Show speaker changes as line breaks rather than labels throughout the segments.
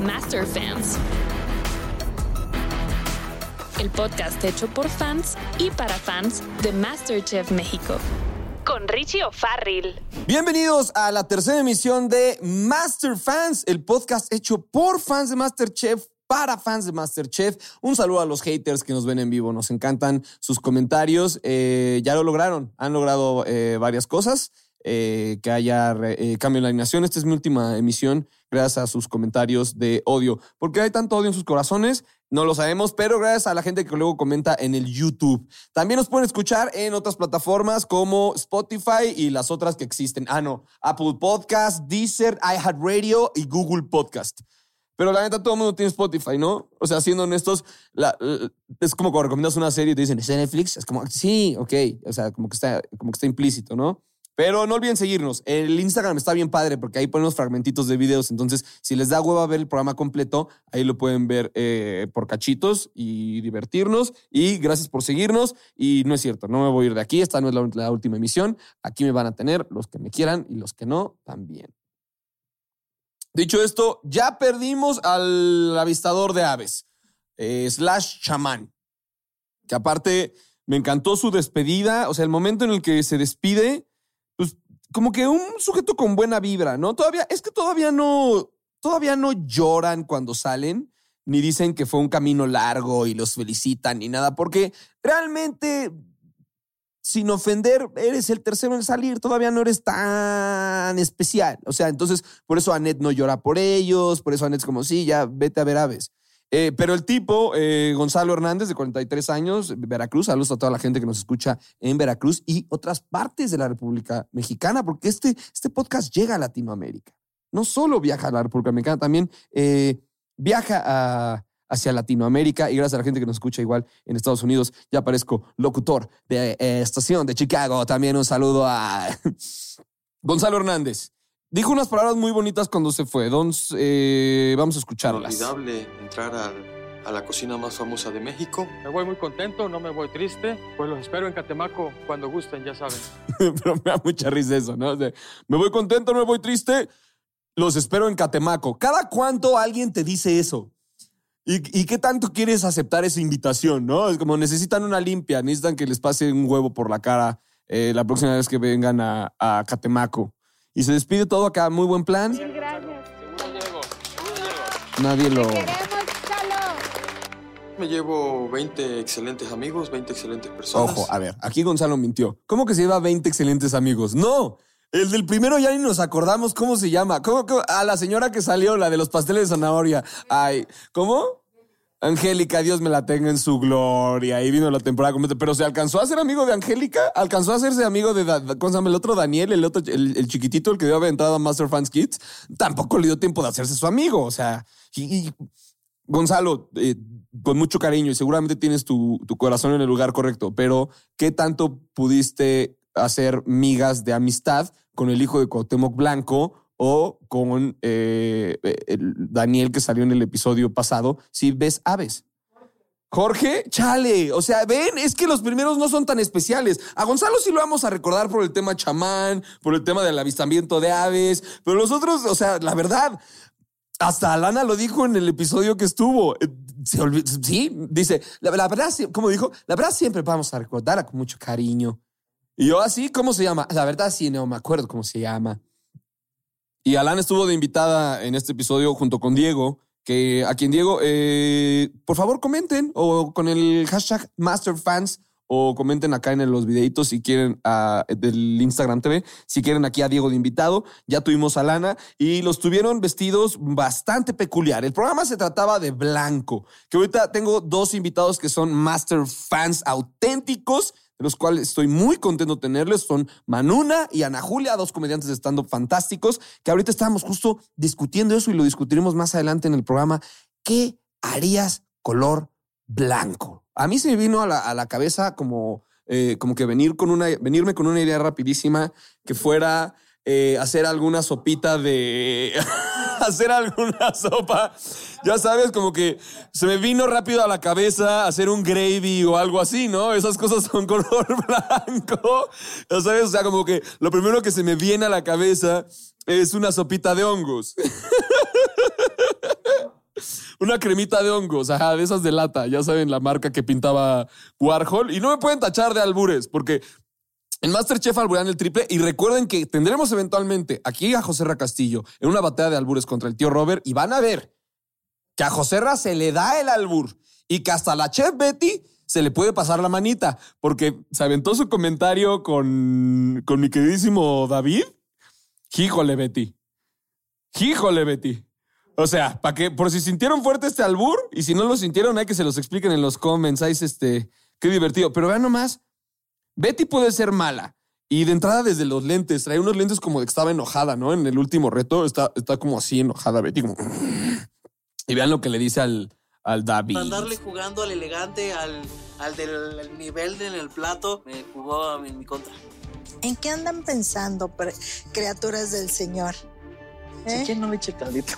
Master Fans. El podcast hecho por fans y para fans de MasterChef México. Con Richie O'Farrill.
Bienvenidos a la tercera emisión de Master Fans, el podcast hecho por fans de MasterChef para fans de MasterChef. Un saludo a los haters que nos ven en vivo. Nos encantan sus comentarios. Eh, ya lo lograron. Han logrado eh, varias cosas. eh, que haya re- eh, cambio en la alineación. Esta es mi última emisión gracias a sus comentarios de odio. ¿Por qué hay tanto odio en sus corazones? No lo sabemos, pero gracias a la gente que luego comenta en el YouTube. También nos pueden escuchar en otras plataformas como Spotify y las otras que existen. Ah, no, Apple Podcast, Deezer, iHeartRadio y Google Podcast. Pero la neta, todo el mundo tiene Spotify, ¿no? O sea, siendo honestos, la- la- es como cuando recomiendas una serie y te dicen, ¿es de Netflix? Es como, sí, ok. O sea, como que está, como que está implícito, ¿no? Pero no olviden seguirnos. El Instagram está bien padre porque ahí ponemos fragmentitos de videos. Entonces, si les da hueva ver el programa completo, ahí lo pueden ver eh, por cachitos y divertirnos. Y gracias por seguirnos. Y no es cierto, no me voy a ir de aquí. Esta no es la, la última emisión. Aquí me van a tener los que me quieran y los que no también. Dicho esto, ya perdimos al avistador de aves, eh, slash chamán, que aparte me encantó su despedida, o sea, el momento en el que se despide, pues como que un sujeto con buena vibra, ¿no? Todavía, es que todavía no, todavía no lloran cuando salen, ni dicen que fue un camino largo y los felicitan ni nada, porque realmente, sin ofender, eres el tercero en salir, todavía no eres tan especial, o sea, entonces por eso Anet no llora por ellos, por eso Anet es como, sí, ya vete a ver aves. Eh, pero el tipo, eh, Gonzalo Hernández, de 43 años, Veracruz, saludos a toda la gente que nos escucha en Veracruz y otras partes de la República Mexicana, porque este, este podcast llega a Latinoamérica. No solo viaja a la República Mexicana, también eh, viaja a- hacia Latinoamérica y gracias a la gente que nos escucha igual en Estados Unidos, ya aparezco locutor de eh, estación de Chicago. También un saludo a Gonzalo Hernández. Dijo unas palabras muy bonitas cuando se fue. Don, eh, vamos a escucharlas.
Inolvidable entrar al- a la cocina más famosa de México.
Me voy muy contento, no me voy triste. Pues los espero en Catemaco cuando gusten, ya saben.
Pero me da mucha risa eso, ¿no? O sea, me voy contento, no me voy triste. Los espero en Catemaco. ¿Cada cuánto alguien te dice eso? ¿Y, y qué tanto quieres aceptar esa invitación, no? Es como necesitan una limpia, necesitan que les pase un huevo por la cara eh, la próxima vez que vengan a, a Catemaco. Y se despide todo acá, muy buen plan.
Gracias.
Seguro llego.
Nadie lo...
Queremos, Chalo.
Me llevo 20 excelentes amigos, 20 excelentes personas.
Ojo, a ver, aquí Gonzalo mintió. ¿Cómo que se lleva 20 excelentes amigos? No, el del primero ya ni nos acordamos cómo se llama. ¿Cómo, cómo? A la señora que salió, la de los pasteles de zanahoria. Ay, ¿cómo? Angélica, Dios me la tenga en su gloria. Y vino la temporada completa. Pero se alcanzó a ser amigo de Angélica, alcanzó a hacerse amigo de, Da- Da- ¿cómo se llama? El otro Daniel, el otro, el, el chiquitito, el que dio aventada a Master Fans Kids. Tampoco le dio tiempo de hacerse su amigo. O sea, y- y Gonzalo, eh, con mucho cariño y seguramente tienes tu, tu corazón en el lugar correcto, pero ¿qué tanto pudiste hacer migas de amistad con el hijo de Cuauhtémoc Blanco o con eh, eh, el Daniel que salió en el episodio pasado? Si ves aves. Jorge, chale, o sea, ven, es que los primeros no son tan especiales. A Gonzalo sí lo vamos a recordar por el tema chamán, por el tema del avistamiento de aves, pero los otros, o sea, la verdad, hasta Alana lo dijo en el episodio que estuvo. Eh, se olvi- sí, dice, la, la verdad, sí, como dijo, la verdad siempre vamos a recordarla con mucho cariño. Y yo así, ¿cómo se llama? La verdad sí, no me acuerdo cómo se llama. Y Alana estuvo de invitada en este episodio junto con Diego, que a quien Diego, eh, por favor comenten o con el hashtag MasterFans o comenten acá en los videitos si quieren ah, del Instagram TV, si quieren aquí a Diego de invitado. Ya tuvimos a Lana y los tuvieron vestidos bastante peculiar. El programa se trataba de blanco, que ahorita tengo dos invitados que son master fans auténticos. De los cuales estoy muy contento de tenerles, son Manuna y Ana Julia, dos comediantes de stand-up fantásticos, que ahorita estábamos justo discutiendo eso y lo discutiremos más adelante en el programa. ¿Qué harías color blanco. A mí se me vino a la, a la cabeza como, eh, como que venir con una, venirme con una idea rapidísima que fuera eh, hacer alguna sopita de... hacer alguna sopa. Ya sabes, como que se me vino rápido a la cabeza hacer un gravy o algo así, ¿no? Esas cosas son color blanco. Ya sabes, o sea, como que lo primero que se me viene a la cabeza es una sopita de hongos. Una cremita de hongos, ajá, de esas de lata, ya saben, la marca que pintaba Warhol. Y no me pueden tachar de albures, porque en Masterchef alburean el triple. Y recuerden que tendremos eventualmente aquí a José Ra Castillo en una batalla de albures contra el tío Robert. Y van a ver que a José Ra se le da el albur y que hasta la chef Betty se le puede pasar la manita, porque se aventó su comentario con, con mi queridísimo David. Híjole, Betty. Híjole, Betty. O sea, para que por si sintieron fuerte este albur y si no lo sintieron, hay que se los expliquen en los comments. Ahí es este, qué divertido. Pero vean nomás, Betty puede ser mala. Y de entrada desde los lentes, trae unos lentes como de que estaba enojada, ¿no? En el último reto está, está como así enojada Betty, como... Y vean lo que le dice al, al David.
Andarle jugando al elegante, al, al del al nivel de en el plato, me jugó en mi contra.
¿Eh?
¿En qué andan pensando, pre- criaturas del Señor? ¿Eh?
¿Quién no le eche caldito?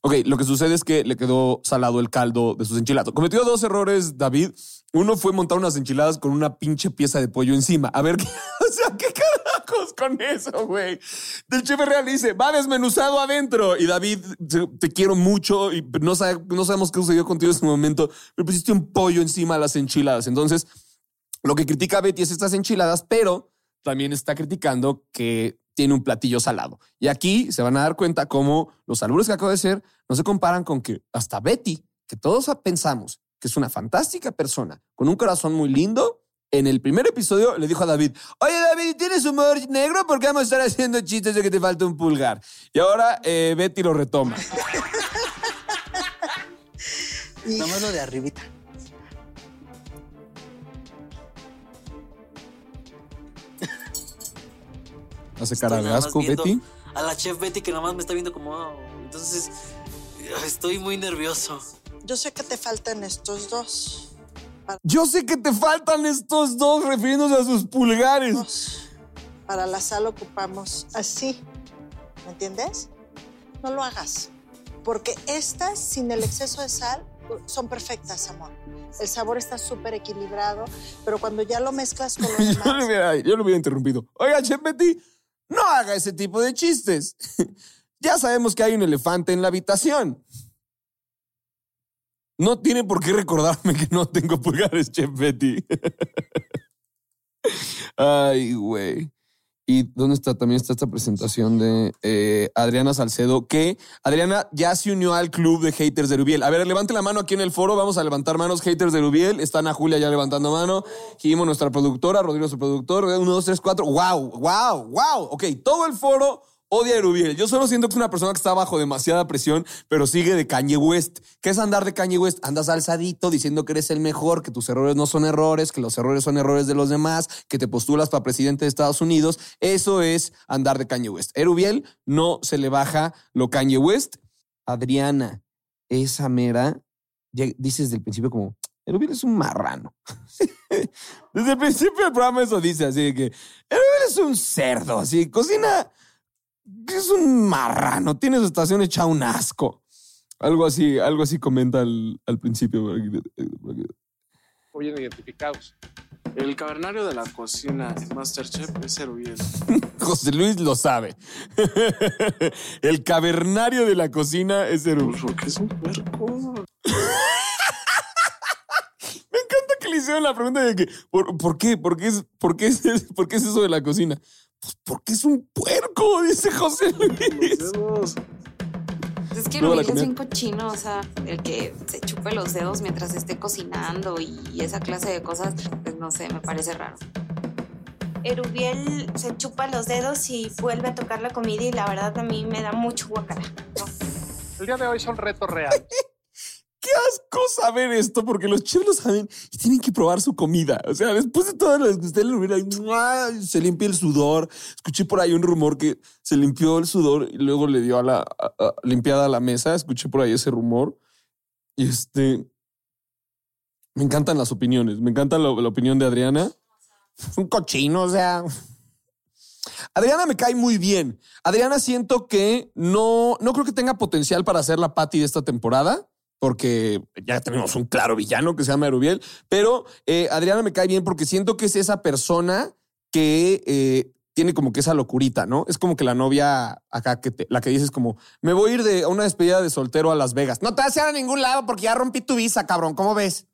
Ok, lo que sucede es que le quedó salado el caldo de sus enchiladas. Cometió dos errores, David. Uno fue montar unas enchiladas con una pinche pieza de pollo encima. A ver, ¿qué, o sea, ¿qué carajos con eso, güey? El chef real dice, va desmenuzado adentro. Y David, te, te quiero mucho y no, sabe- no sabemos qué sucedió contigo en ese momento, pero pusiste un pollo encima de las enchiladas. Entonces, lo que critica a Betty es estas enchiladas, pero también está criticando que tiene un platillo salado. Y aquí se van a dar cuenta cómo los albures que acabo de hacer no se comparan con que hasta Betty, que todos pensamos que es una fantástica persona, con un corazón muy lindo, en el primer episodio le dijo a David, oye David, ¿tienes humor negro? ¿Por qué vamos a estar haciendo chistes de que te falta un pulgar? Y ahora eh, Betty lo retoma.
Y-
Nada más lo de arribita.
Hace
Estoy
cara de
nada más
asco,
viendo
Betty.
A la chef Betty que nada más me está viendo como... "Oh". Entonces, estoy muy nervioso.
Yo sé que te faltan estos dos.
Yo sé que te faltan estos dos refiriéndose a sus pulgares.
dos. Para la sala ocupamos así. ¿Me entiendes? No lo hagas. Porque estas, sin el exceso de sal, son perfectas, amor. El sabor está súper equilibrado, pero cuando ya lo mezclas con los
yo, le
demás,
hubiera, yo le hubiera interrumpido. Oiga, Chef Betty, no haga ese tipo de chistes. ya sabemos que hay un elefante en la habitación. No tiene por qué recordarme que no tengo pulgares, Chef Betty. Ay, güey. ¿Y dónde está? También está esta presentación de eh, Adriana Salcedo, que Adriana ya se unió al club de haters de Rubiel. A ver, levante la mano aquí en el foro. Vamos a levantar manos, haters de Rubiel. Están a Julia ya levantando mano. Jimo, nuestra productora. Rodrigo, su productor. eh, Uno, dos, tres, cuatro. ¡Wow! ¡Wow! ¡Wow! Ok, todo el foro odia a Rubiel. Yo solo siento que es una persona que está bajo demasiada presión, pero sigue de Kanye West. ¿Qué es andar de Kanye West? Andas alzadito diciendo que eres el mejor, que tus errores no son errores, que los errores son errores de los demás, que te postulas para presidente de Estados Unidos. Eso es andar de Kanye West. A Rubiel no se le baja lo Kanye West. Adriana, esa mera, ya dices desde el principio como, Erubiel es un marrano. desde el principio del programa eso dice, así de que, Erubiel es un cerdo, así, cocina, es un marrano, tiene su estación hecha un asco. Algo así, algo así comenta al, al principio.
Oyen identificados.
El cavernario de la cocina en Masterchef es Erubiel.
José Luis lo sabe. el cavernario de la cocina es Erubiel.
Burro, que es un puerco.
Me encanta que le hicieron la pregunta de que, ¿por, por qué? ¿Por qué, es, por, qué es, ¿Por qué es eso de la cocina? Pues porque es un puerco, dice José Luis.
Los dedos.
Es que
Luego la
Luis es
comida.
un cochino, o sea, el que se chupe los dedos mientras esté cocinando y y esa clase de cosas, pues no sé, me parece raro.
Erubiel se chupa los dedos y vuelve a tocar la comida y la verdad a mí me da mucho guacala.
El día de hoy son retos reales.
Qué asco saber esto, porque los chefs lo saben y tienen que probar su comida. O sea, después de todo lo que usted le hubiera ¡mua! se limpia el sudor. Escuché por ahí un rumor que se limpió el sudor y luego le dio a la a- a- limpiada a la mesa. Escuché por ahí ese rumor. Y este. Me encantan las opiniones. Me encanta la- la opinión de Adriana. Es un cochino, o sea. Adriana me cae muy bien. Adriana siento que no, no creo que tenga potencial para ser la Patty de esta temporada. Porque ya tenemos un claro villano que se llama Erubiel, pero eh, Adriana me cae bien porque siento que es esa persona que eh, tiene como que esa locurita, ¿no? Es como que la novia acá, que te- la que dices como, me voy a ir de a una despedida de soltero a Las Vegas. No te vas a ir a ningún lado porque ya rompí tu visa, cabrón, ¿cómo ves?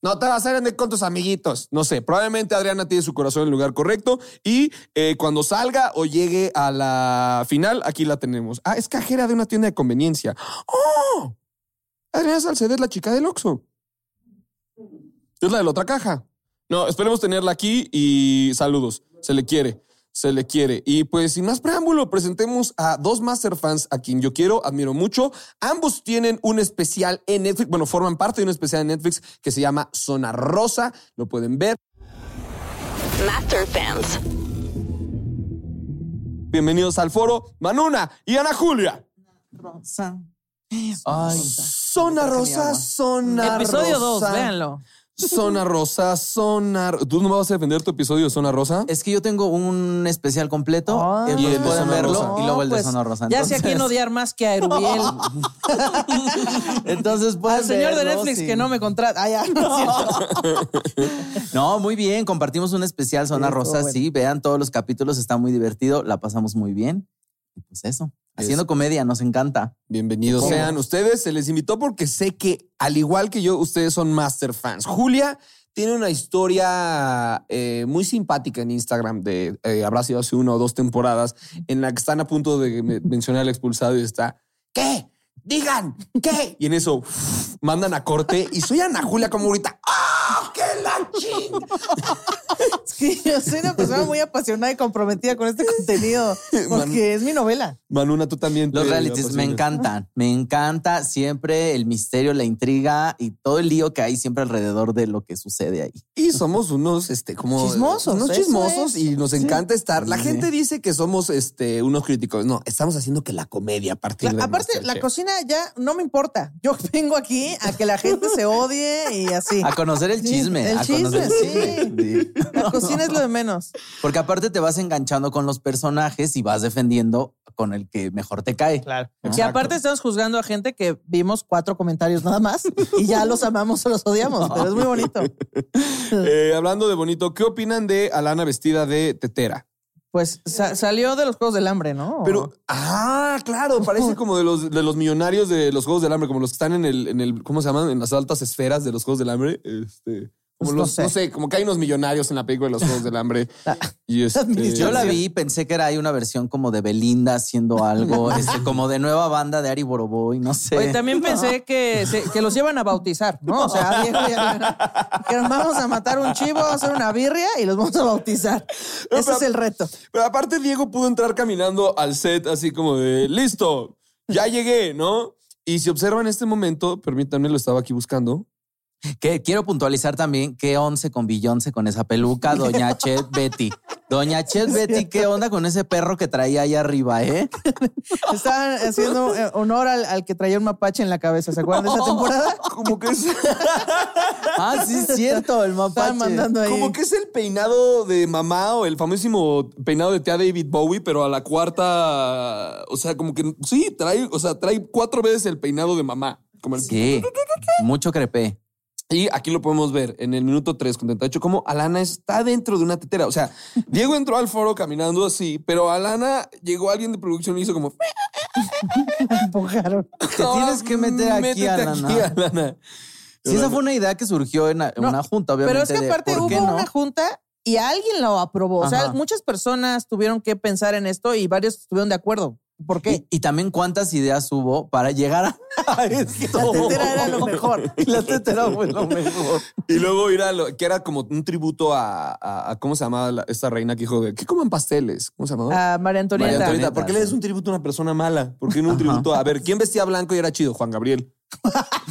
No te vas a ir con tus amiguitos. No sé, probablemente Adriana tiene su corazón en el lugar correcto y eh, cuando salga o llegue a la final, aquí la tenemos. Ah, es cajera de una tienda de conveniencia. ¡Oh! Adriana Salcedo es la chica del Oxxo. Es la de la otra caja. No, esperemos tenerla aquí y saludos. Se le quiere, se le quiere. Y pues sin más preámbulo, presentemos a dos Master fans a quien yo quiero, admiro mucho. Ambos tienen un especial en Netflix, bueno, forman parte de un especial en Netflix que se llama Zona Rosa, lo pueden ver.
Master Fans.
Bienvenidos al foro, Manuna y Ana Julia.
Rosa. Ay,
Zona
Creo que mi
Rosa,
agua.
Zona
Episodio
Rosa.
2, véanlo.
Zona Rosa, Zona... ¿Tú no vas a defender tu episodio de Zona Rosa?
Es que yo tengo un especial completo,
Ah.
entonces
Y el de
pueden
Zona
verlo
Rosa.
y luego el de
Pues,
Zona Rosa.
Ya sé a
Entonces-
quién odiar más que a Erubiel.
Entonces pueden
Al señor de
verlo
Netflix
sin-
que no me contrata. Ah, ya, no es cierto.
No, muy bien, compartimos un especial Zona
estuvo
Rosa,
bueno.
sí, vean todos los capítulos, está muy divertido, la pasamos muy bien. Y pues eso, haciendo comedia, nos encanta.
Bienvenidos
¿Cómo?
sean ustedes. Se les invitó porque sé que, al igual que yo, ustedes son master fans. Julia tiene una historia eh, muy simpática en Instagram de eh, habrá sido hace una o dos temporadas en la que están a punto de me- mencionar al expulsado y está ¿qué? Digan ¿qué? Y en eso uf, mandan a corte y soy Ana Julia como ahorita ¡ah! ¡Qué la ching!
Sí, yo soy una persona muy apasionada y comprometida con este contenido
Manu-
porque es mi novela.
Manuna, tú también.
Los
te
realities me
apasionas.
encantan, me encanta siempre el misterio, la intriga y todo el lío que hay siempre alrededor de lo que sucede ahí.
Y somos unos, este, como.
Chismosos,
Unos
eso
chismosos
es.
y nos encanta estar. La
Sí.
gente dice que somos, este, unos críticos. No, estamos haciendo que la comedia a partir
Cla-
de.
aparte, la
Masterchef.
cocina ya no me importa. Yo vengo aquí a que la gente se odie y así.
A conocer el
Sí,
chisme.
el
a conocer
chisme,
el chisme, sí.
La cocina es lo de menos.
Porque aparte te vas enganchando con los personajes y vas defendiendo con el que mejor te cae.
Claro.
Exacto.
Que aparte estamos juzgando a gente que vimos cuatro comentarios nada más y ya los amamos o los odiamos, pero es muy bonito.
Eh, hablando de bonito, ¿qué opinan de Alana vestida de tetera?
Pues sa- salió de los Juegos del Hambre, ¿no?
Pero, ah, claro, parece como de los, de los millonarios de los Juegos del Hambre, como los que están en el, en el, ¿cómo se llaman? En las altas esferas de los Juegos del Hambre. Este, como
Pues no
los, no, sé.
sé.
como que hay unos millonarios en la película de los Juegos del Hambre.
La-
Y este,
Yo la vi y pensé que era ahí una versión como de Belinda haciendo algo, este, como de nueva banda de Ari Boroboy, no sé.
Oye, también pensé que, se- que los llevan a bautizar, ¿no? O sea, viejo, ya- que nos vamos a matar un chivo, a hacer una birria y los vamos a bautizar. Ese es el reto.
Pero aparte Diego pudo entrar caminando al set así como de, listo, ya llegué, ¿no? Y si observan este momento, permítanme, lo estaba aquí buscando.
Que quiero puntualizar también qué once con Beyoncé con esa peluca, Doña Chet Betty. Doña Chet Betty, ¿qué onda con ese perro que traía ahí arriba, eh?
Estaban haciendo eh, honor al, al que traía un mapache en la cabeza. ¿Se acuerdan de esa temporada?
Como que es,
Ah, sí, es cierto, el mapache.
Estaban mandando ahí.
como que es el peinado de mamá o el famosísimo peinado de tía David Bowie, pero a la cuarta, o sea, como que sí, trae, o sea, trae cuatro veces el peinado de mamá. Como el,
Sí, mucho crepé.
Y aquí lo podemos ver en el minuto 3 con 38, como Alana está dentro de una tetera. O sea, Diego entró al foro caminando así, pero Alana llegó alguien de producción y hizo como.
Empujaron.
Te tienes que meter aquí,
Métete
Alana.
aquí, Alana.
Sí, esa fue una idea que surgió en la- en
No,
una junta, obviamente.
Pero es que
de
aparte
por
hubo
qué no.
una junta y alguien lo aprobó. O sea,
Ajá.
muchas personas tuvieron que pensar en esto y varios estuvieron de acuerdo. ¿Por qué?
Y, y también cuántas ideas hubo para llegar a, a
La
esto.
tetera era lo mejor.
Y la tetera fue lo mejor.
Y luego ir a lo que era como un tributo a, a- a- ¿cómo se llamaba la- esta reina que dijo de que coman pasteles? ¿Cómo se llamaba?
A María
María
Antonieta.
Antonieta.
Antonieta,
¿Por qué le das un tributo a una persona mala? ¿Por qué no un tributo a, ver quién vestía blanco y era chido? Juan Gabriel.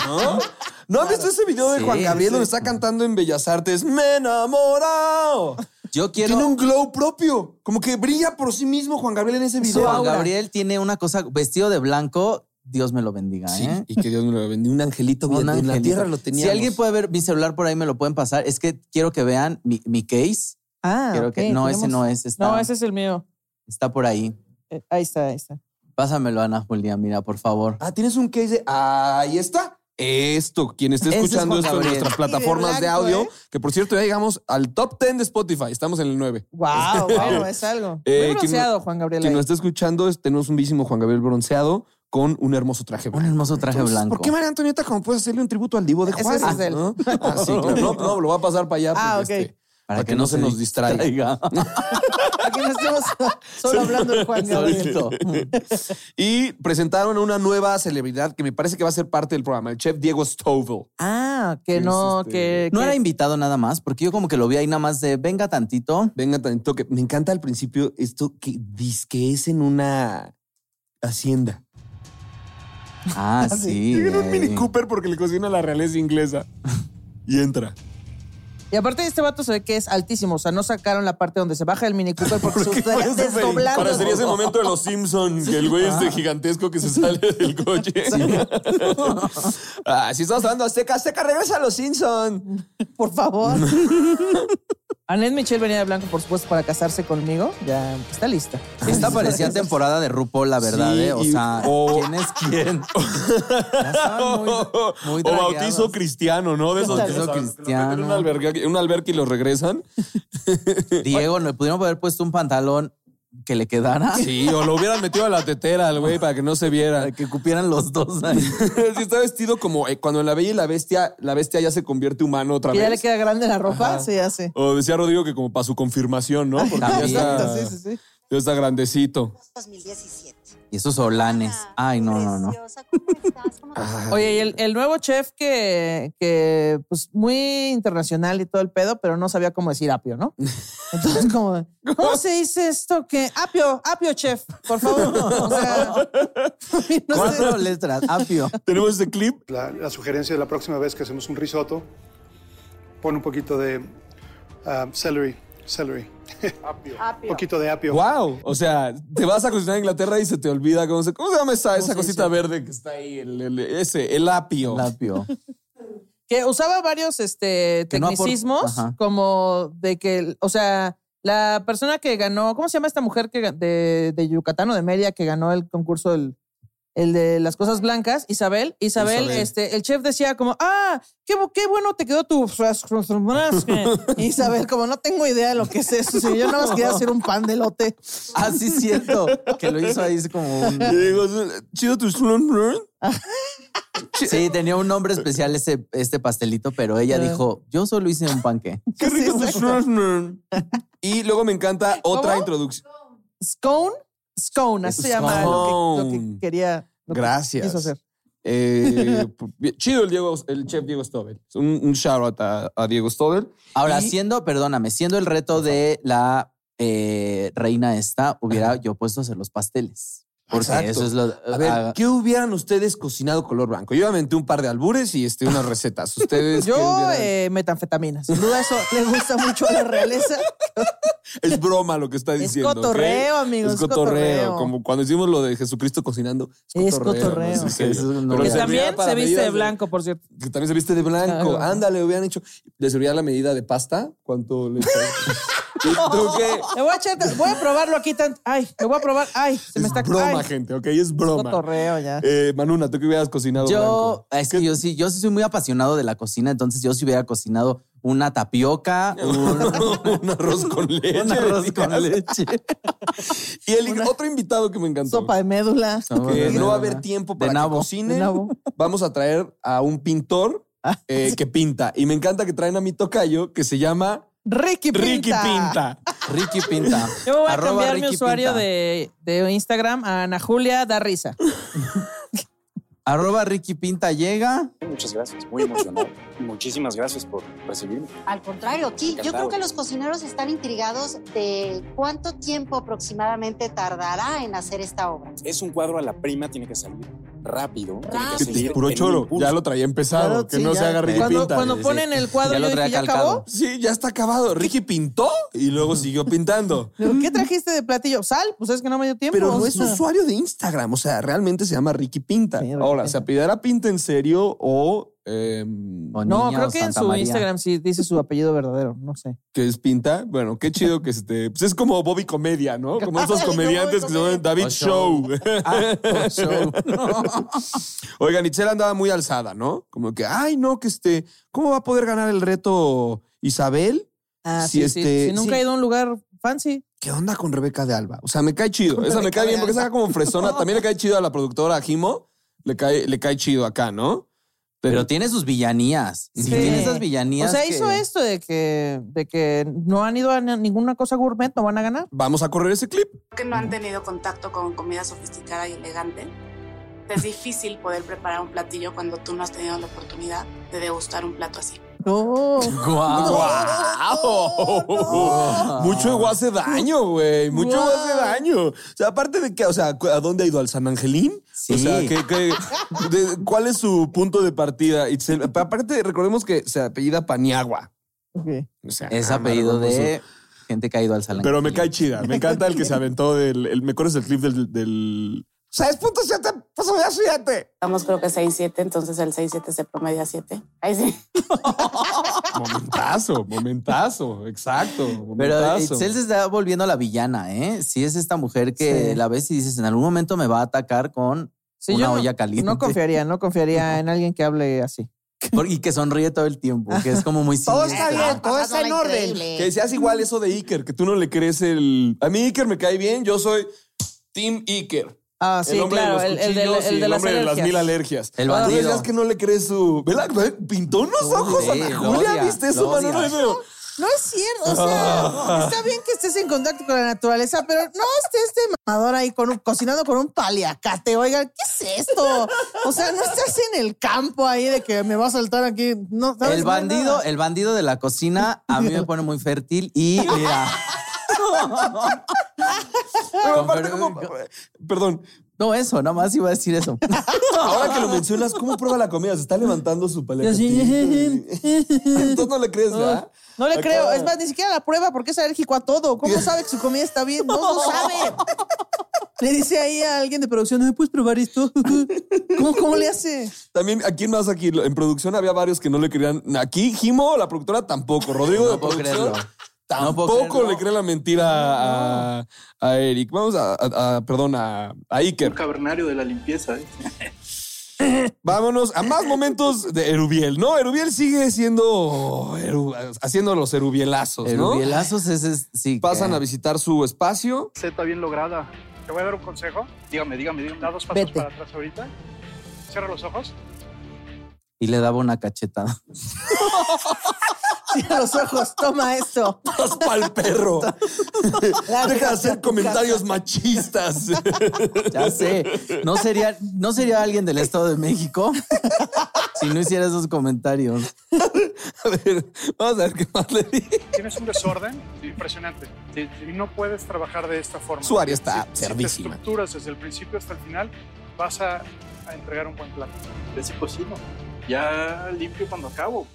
¿No? ¿No han visto ese video de
Sí,
Juan Gabriel
sí.
donde está cantando en Bellas Artes? ¡Me he enamorado!
Yo
Tiene un
quiero.
glow propio. Como que brilla por sí mismo Juan Gabriel en ese video.
Juan Gabriel tiene una cosa vestido de blanco. Dios me lo bendiga.
Sí,
¿eh?
y que Dios me lo bendiga. Un angelito.
Un
bien, en la
angelito.
tierra lo tenía.
Si alguien puede ver mi celular por ahí, me lo pueden pasar. Es que quiero que vean mi, mi case.
Ah,
Creo que-
ok,
no, ese
tenemos-
no es, está-
No, ese es el mío.
Está por ahí.
Eh, ahí está, ahí está.
Pásamelo, Ana Julia, mira, por favor.
Ah, tienes un case de. Ahí está. Esto, quien esté
Ese es
escuchando
Juan
esto en
Gabriel.
nuestras
Y de
plataformas de
blanco,
audio,
¿eh?
que por cierto ya llegamos al top 10 de Spotify, estamos en el 9.
Wow, bueno, Oh, es algo.
Eh,
Muy
¿quién-
bronceado, Juan Gabriel.
Quien
ahí.
nos está escuchando, es- tenemos un bísimo Juan Gabriel bronceado con un hermoso traje blanco. Un hermoso
traje blanco.
¿Por qué María Antonieta como puedes hacerle un tributo al divo de
Ese
Juárez?
es él.
¿no? Ah, sí, claro. No, no, lo va a pasar para allá.
Ah,
porque,
ok.
este, para, que, no se nos distraiga.
Aquí no estamos solo hablando de Juan Gabriel.
Solito. y presentaron a una nueva celebridad que me parece que va a ser parte del programa, el chef Diego Stovall.
Ah, que no, que.
No
que-
era invitado nada más, porque yo como que lo vi ahí nada más de venga tantito.
Venga tantito, que me encanta al principio esto que dice que es en una hacienda.
Ah, sí.
Tienen un
güey.
Mini Cooper porque le cocina la realeza inglesa. Y entra.
Y aparte este vato se ve que es altísimo, o sea, no sacaron la parte donde se baja el Mini Cooper porque se está desdoblando.
Parecería ese momento de los Simpsons, que el güey este gigantesco que se sale del coche. ah, si estamos hablando de Azteca, Azteca regresa a los Simpsons.
Por favor. Annette Michelle venía de blanco, por supuesto, para casarse conmigo. Ya está lista.
Esta parecía temporada de RuPaul, la verdad,
Sí,
¿eh? O
y-
sea,
o-
¿quién es quién? muy
o
dragueados.
bautizo cristiano, ¿no? De esos que
Bautizo
los meten
cristiano.
En un albergue, un albergue y los regresan.
Diego, ¿le pudieron haber puesto un pantalón que le quedara?
Sí, o lo hubieran metido a la tetera al güey para que no se viera.
Que cupieran los dos ahí.
Sí, está vestido como eh, cuando en La Bella y la Bestia, la bestia ya se convierte humano otra
Que ya le
vez.
queda grande la ropa, Ah. sí, ya sé.
O decía Rodrigo que como para su confirmación, ¿no? Porque ya está,
Exacto, sí, sí, sí.
ya está grandecito.
Y esos solanes.
Ah,
Ay, no, no, no.
Oye, y el, el nuevo chef que, que, pues, muy internacional y todo el pedo, pero no sabía cómo decir apio, ¿no? Entonces, como, ¿cómo se dice esto? Que apio, apio, chef, por favor. O sea, no sé.
Cuatro letras, apio.
Tenemos este clip.
La, la sugerencia de la próxima vez que hacemos un risotto, pon un poquito de ah, celery, celery. Un poquito de apio.
¡Wow! O sea, te vas a cocinar a Inglaterra y se te olvida cómo se, ¿cómo se llama esa, esa
se
cosita verde que está ahí, el, el- ese, el apio.
apio.
que usaba varios este,
Que no apor-
tecnicismos,
Ajá.
como de que, o sea, la persona que ganó, ¿cómo se llama esta mujer que, ga- de, de Yucatán o de Mérida que ganó el concurso del, el de las cosas blancas? Isabel. Isabel,
Isabel.
este, el chef decía como, ah, qué, bu- qué bueno te quedó tu... Isabel, como no tengo idea de lo que es eso, si yo nada más quería hacer un pan de lote.
Así siento que lo hizo ahí es como un...
Y digo, chido tu slum, slum.
Sí, tenía un nombre especial ese, este pastelito, pero ella dijo, yo solo hice un panque.
Qué rico tu slum, slum. Y luego me encanta otra
¿Cómo?
introducción.
Scone, scone, así se llama lo que, lo
Scone.
que quería. lo que
Gracias.
quiso hacer.
Eh, bien, chido el, Diego, el chef Diego Stovel. Un, un shout out a, a Diego Stovel.
Ahora,
Y-
siendo, perdóname, siendo el reto de la eh, reina esta, hubiera yo puesto a hacer los pasteles. Porque
Exacto.
eso es lo...
A ver,
ah,
¿qué hubieran ustedes cocinado color blanco? Yo ya inventé un par de albures y este, unas recetas. Ustedes. qué
Yo,
hubieran-
eh, metanfetaminas. Sin duda, eso le gusta mucho a la realeza.
es broma lo que está
es
diciendo. ¿ok?
cotorreo, amigo,
Es
es
cotorreo,
cotorreo.
Como cuando hicimos lo de Jesucristo cocinando. Es
Es
cotorreo.
cotorreo.
¿no? Sí, sí.
Eso es un-
Pero
Que
servía
también
para
se viste de
medidas
blanco, por cierto.
que también se viste de blanco.
Claro.
Ándale, hubieran hecho. ¿Le servía la medida de pasta? ¿Cuánto le ¿Y tú qué?
Le voy a echar, voy a probarlo aquí tan. Ay, le voy a probar. Ay, se me
Es
está
broma,
ay,
gente, ¿ok? Es broma.
cotorreo ya.
Eh, Manuna, ¿tú qué hubieras cocinado? blanco?
Yo, es que yo sí, yo sí soy muy apasionado de la cocina, entonces yo si hubiera cocinado una tapioca, un,
un arroz con leche.
un arroz con leche.
Y el otro invitado que me encantó.
Sopa de médula.
que
de
no va a
nabo.
haber tiempo para
De
que
nabo.
cocine.
De nabo. Ah,
Vamos a traer a un pintor eh, que pinta. Y me encanta que traen a mi tocayo que se llama
Ricky Pinta.
Ricky Pinta.
Ricky Pinta.
Yo voy a
Arroba
cambiar mi
Ricky
usuario
Pinta.
de, de Instagram a Ana Julia da risa.
Arroba Ricky Pinta llega.
Muchas gracias, muy emocionado. Muchísimas gracias por recibirme.
Al contrario, aquí yo creo que los cocineros están intrigados de cuánto tiempo aproximadamente tardará en hacer esta obra.
Es un cuadro a la prima, tiene que salir rápido. Tiene
Ah,
que
Rápido.
salir
Puro
en un
choro.
impulso.
Ya lo traía empezado.
Claro,
que
sí,
no
ya.
se haga Ricky
Cuando,
Pinta.
cuando
Sí.
ponen el cuadro,
Ya lo
yo dije,
traía
¿ya
calcado.
acabó?
Sí, ya está acabado. Ricky pintó y luego siguió pintando.
¿Pero Mm. ¿Qué trajiste de platillo? Sal, pues es que no me dio tiempo.
Pero no
O
es
sea,
usuario de Instagram. O sea, realmente se llama Ricky Pinta.
Sí, Ricky
Ahora,
Pinta.
¿se apellidará Pinta en serio o eh,
No, creo que en su Instagram sí dice su apellido verdadero, no sé.
que es pinta. Bueno, qué chido que se te. Pues es como Bobby Comedia, ¿no? Como esos
Como
comediantes que se llaman David
O
Show.
Show.
Ah, o Show.
Oigan, Itzel andaba muy alzada, ¿no? Como que, ay, no, que este, ¿cómo va a poder ganar el reto Isabel?
Ah,
Si
sí,
este-
sí. Si nunca
sí.
he ido a un lugar fancy.
¿Qué onda con Rebeca de Alba? O sea, me cae chido.
Con
Esa me
Rebeca
cae
de
bien porque
Alba.
esa como fresona.
No.
También le cae chido a la productora a Jimo. Le cae, le cae chido acá, ¿no?
Pero tiene sus villanías. Sí,
Sí.
tiene esas villanías.
O sea,
que-
hizo esto de que, de que no han ido a ni- ninguna cosa gourmet, no van a ganar.
Vamos a correr ese clip.
que no han tenido contacto con comida sofisticada y elegante, es difícil poder preparar un platillo cuando tú no has tenido la oportunidad de degustar un plato así.
No.
¡Guau! Mucho ego hace daño, güey. Mucho ego hace daño. O sea, aparte de que, o sea, ¿cu- ¿a dónde ha ido? ¿Al San Angelín? O sea, ¿qué- qué- de- ¿cuál es su punto de partida? Itzel? aparte, recordemos que se apellida Paniagua. O sea,
Es
ah,
apellido
maravilloso.
de gente caído al salón.
Pero me cae chida. Me encanta el que se aventó del. El, me corres el clip del. del- O sea, es punto siete, pues ya siete.
Estamos creo que 6-7, entonces el 6-7 se promedia 7. Ahí sí.
Momentazo, momentazo. Exacto.
Pero eh,
Momentazo.
Itzel se está volviendo la villana, ¿eh? Sí es esta mujer que
Sí.
la ves y dices, en algún momento me va a atacar con
Sí,
una
yo no-
olla caliente.
No confiaría, no confiaría en alguien que hable así.
Por- y que sonríe todo el tiempo, que es como muy
Todo
siniestra.
está bien, todo
está en orden.
Que seas igual eso de Iker, que tú no le crees el. A mí Iker me cae bien, yo soy Team Iker.
Ah, sí,
el hombre
claro,
de
el,
los
el de, la-
cuchillos y
el de
el
las
hombre de las
alergias.
mil alergias.
El
Tú
bandido.
decías que no le crees su. ¿Vela? Pintó unos ojos a la
lo
Julia,
odia,
¿viste eso,
lo odia.
Manolo? Eso.
No es cierto, o sea,
Ah.
está bien que estés en contacto con la naturaleza, pero no estés de mamador ahí con un- cocinando con un paliacate. Oigan, ¿qué es esto? O sea, no estás en el campo ahí de que me va a saltar aquí. No, ¿sabes?
El
No hay
bandido,
nada.
el bandido de la cocina a mí me pone muy fértil y mira,
Pero aparte, como- Perdón.
no eso, nada más iba a decir eso.
Ahora que lo mencionas, ¿cómo prueba la comida? Se está levantando su paleta. Entonces no le crees, ¿verdad?
No le
Acá-
creo, es más, ni siquiera la prueba porque es alérgico a todo. ¿Cómo sabe que su comida está bien? No lo sabe. Le dice ahí a alguien de producción, ¿no me puedes probar esto? ¿Cómo, cómo le hace?
También, ¿a quién más aquí? En producción había varios que no le creían. Aquí, Jimo, la productora, tampoco. Rodrigo de
puedo
producción.
creerlo. No puedo
Tampoco
creerlo.
le cree la mentira a, a Eric. Vamos a, a- a- perdón, a, a Iker.
Cavernario de la limpieza. ¿eh?
Vámonos a más momentos de Erubiel, ¿no? Erubiel sigue siendo Eru- haciendo los erubielazos, Pues, ¿no?
Erubielazos es, es- sí.
Pasan a visitar su espacio.
Zeta bien lograda. Te voy a dar un consejo. Dígame, dígame, dígame. Da dos pasos para atrás ahorita. Cierra los ojos.
y le daba una cachetada.
Cierra los ojos, toma esto.
Estás pa'l perro. Deja de hacer comentarios machistas.
Ya sé, no sería, no sería alguien del Estado de México si no hiciera esos comentarios.
A ver, vamos a ver qué más le dije.
Tienes un desorden impresionante. Y no puedes trabajar de esta forma.
Su área está
Si- si te
cerdísima.
estructuras desde el principio hasta el final, vas a, a entregar un buen plato.
Yo sí cocino. Ya limpio cuando acabo.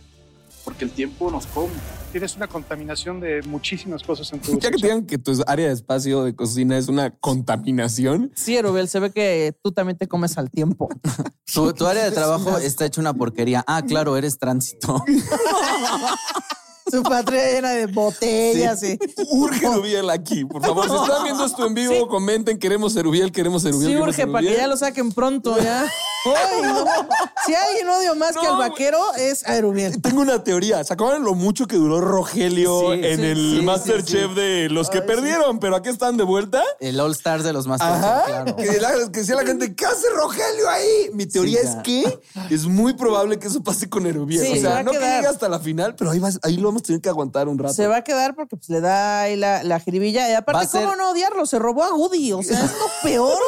Porque el tiempo nos come.
Tienes una contaminación de muchísimas cosas en
Pues,
tu
Ya que te digan que tu área de espacio de cocina es una contaminación.
Sí, Erubel, se ve que tú también te comes al tiempo.
Tu, tu área de trabajo está hecha una porquería. Ah, claro, eres tránsito.
Su patria llena de botellas
Sí.
y...
Urge Erubiel aquí, por favor. Si están viendo esto en vivo, comenten, queremos Erubiel, queremos Erubiel.
Sí,
queremos
urge, para que
Erubiel.
ya lo saquen pronto, ya. Ay, no. Si alguien odio más que al vaquero, es a Erubiel.
Tengo una teoría. ¿Se acuerdan lo mucho que duró Rogelio
Sí,
en
sí,
el
sí,
Masterchef
sí, sí.
de los que perdieron, pero aquí están de vuelta?
El All Stars de los más
Ajá.
claro.
Que, la- que decía la gente, ¿qué hace Rogelio ahí? Mi teoría
Sí,
es
ya.
que es muy probable que eso pase con Erubiel.
Sí,
o
se va
sea,
a
no que
quedar.
llegue hasta la final, pero ahí, vas- ahí lo vamos a tener que aguantar un rato.
Se va a quedar porque pues, le da ahí la, la jiribilla. Y
Va
aparte,
a ser-
¿cómo no odiarlo? Se robó a Woody. O sea, es lo peor.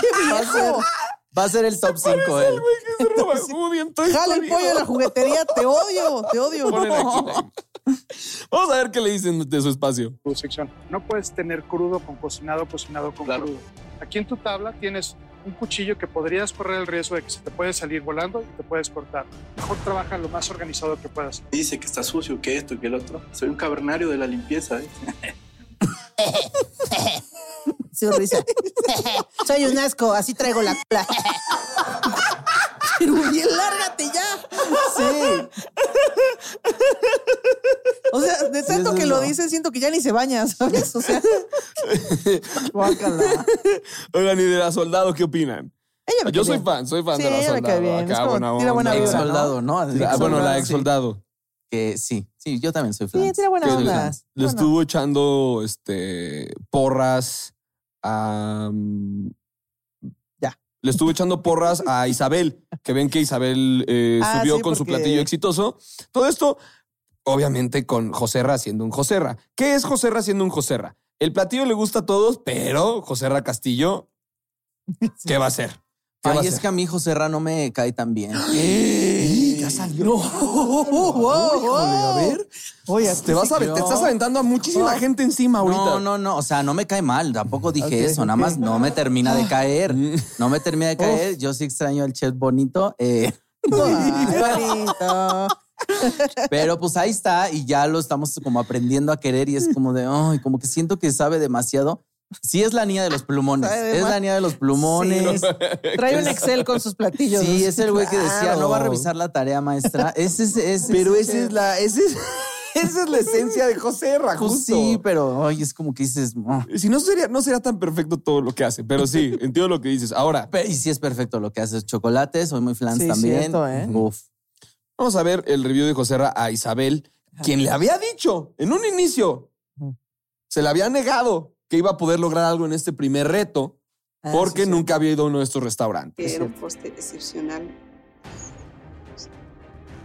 ¡Qué
Va a ser-
viejo!
Va a ser el top 5 él.
Jala el pollo de la juguetería. Te odio, te odio.
Ponen aquí la- Vamos a ver qué le dicen de su espacio.
sección. No puedes tener crudo con cocinado, cocinado con crudo. Aquí en tu tabla tienes un cuchillo que podrías correr el riesgo de que se te puede salir volando y te puedes cortar. Mejor trabaja lo más organizado que puedas.
Dice que está sucio, que esto, que el otro. Soy un cavernario de la limpieza. ¿eh?
Su risa. Soy un asco, así traigo la cola. Erubiel, lárgate ya. Sí. O sea, de
Sí,
tanto
eso
que
es
lo
lo-
dices, siento que ya ni se baña, ¿sabes? O sea, guácala.
Oigan, y de la soldado, ¿qué opinan?
Ella me
Yo
cae
soy
bien.
fan, soy fan
Sí,
de la
ella me
soldado.
cae bien. Es
Acá,
como
buena
tira buena
onda.
vibra,
Ex soldado, ¿no?
Ah, bueno, la ex
sí.
soldado.
Que sí, sí, yo también soy fan.
Sí, tiene buena
que
onda.
Le, le estuvo echando este, porras a. mm,
Ya.
Le estuvo echando porras a Isabel, que ven que Isabel eh,
Ah,
subió
sí,
con su
porque-
platillo exitoso. Todo esto, obviamente, con Joserra siendo un Joserra. ¿Qué es Joserra siendo un Joserra? El platillo le gusta a todos, pero Joserra Castillo, ¿qué va a hacer? ¿Qué va a
Ay,
hacer?
es que a mí José Ra no me cae tan bien.
Ya salió. a ver.
Oye,
te vas a
yo-
te estás aventando a muchísima
No.
gente encima ahorita.
Ah. No, no, no. O sea, no me cae mal. Tampoco dije
Ok,
eso. Nada
ok.
más no me termina de caer. No me termina de caer. Yo sí extraño al chef bonito. eh,
Ay, bonito.
pero pues ahí está y ya lo estamos como aprendiendo a querer y es como de, ay, como que siento que sabe demasiado. Sí es la niña de los plumones.
Sabe
Es
más.
la niña de los plumones.
Sí. Trae un Excel con sus platillos.
Sí, es el güey que decía, no va a
Claro.
revisar la tarea maestra. Ese es, ese
Pero
el
esa
chef.
es la, esa es, esa es la esencia de José
Pues
Rajusto.
sí, pero hoy es como que dices,
"Ah,
"Oh".
Si no sería, no sería tan perfecto todo lo que hace, pero sí, entiendo lo que dices. Ahora,
Pe- y sí es perfecto lo que haces, chocolates, soy muy flans
Sí,
también.
cierto, ¿eh?
Uf.
vamos a ver el review de José Ra a Isabel, quien le había dicho en un inicio, se le había negado que iba a poder lograr algo en este primer reto,
Ah,
porque
sí, sí.
nunca había ido a uno de estos restaurantes.
Era un postre excepcional.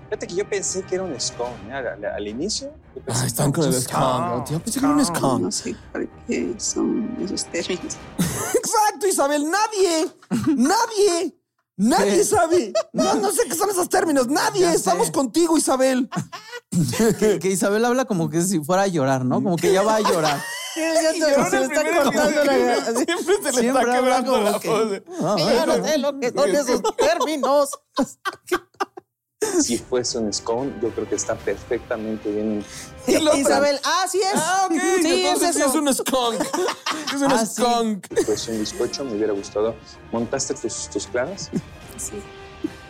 Fíjate que yo pensé que era un scone, ¿eh? al, al- al inicio. yo pensé,
Ah, están con el
"Scone".
scone. Yo pensé que era un scone.
No sé por qué son esos términos.
Exacto, Isabel. Nadie, nadie, nadie
¿Qué?
sabe. No, no sé qué son esos términos. Nadie.
Ya sé.
Estamos contigo, Isabel.
Que, que Isabel habla como que si fuera a llorar, ¿no? Como que ya va a llorar.
Sí, ya te-
Lloró en
se le
el
está
primer
cortando la
episodio.
así.
Siempre se le
Siempre
está
habla
quebrando
como
la
que-
voz.
Ah,
Sí, ya no sé lo que son esos términos.
Si fuese un scone, yo creo que está perfectamente bien.
Isabel, ah, sí es.
Ah, ok.
Sí, es
Entonces sí
eso.
es un skunk. Es un
Ah, sí.
skunk.
Si fuese un bizcocho, me hubiera gustado. ¿Montaste tus, tus claras?
Sí.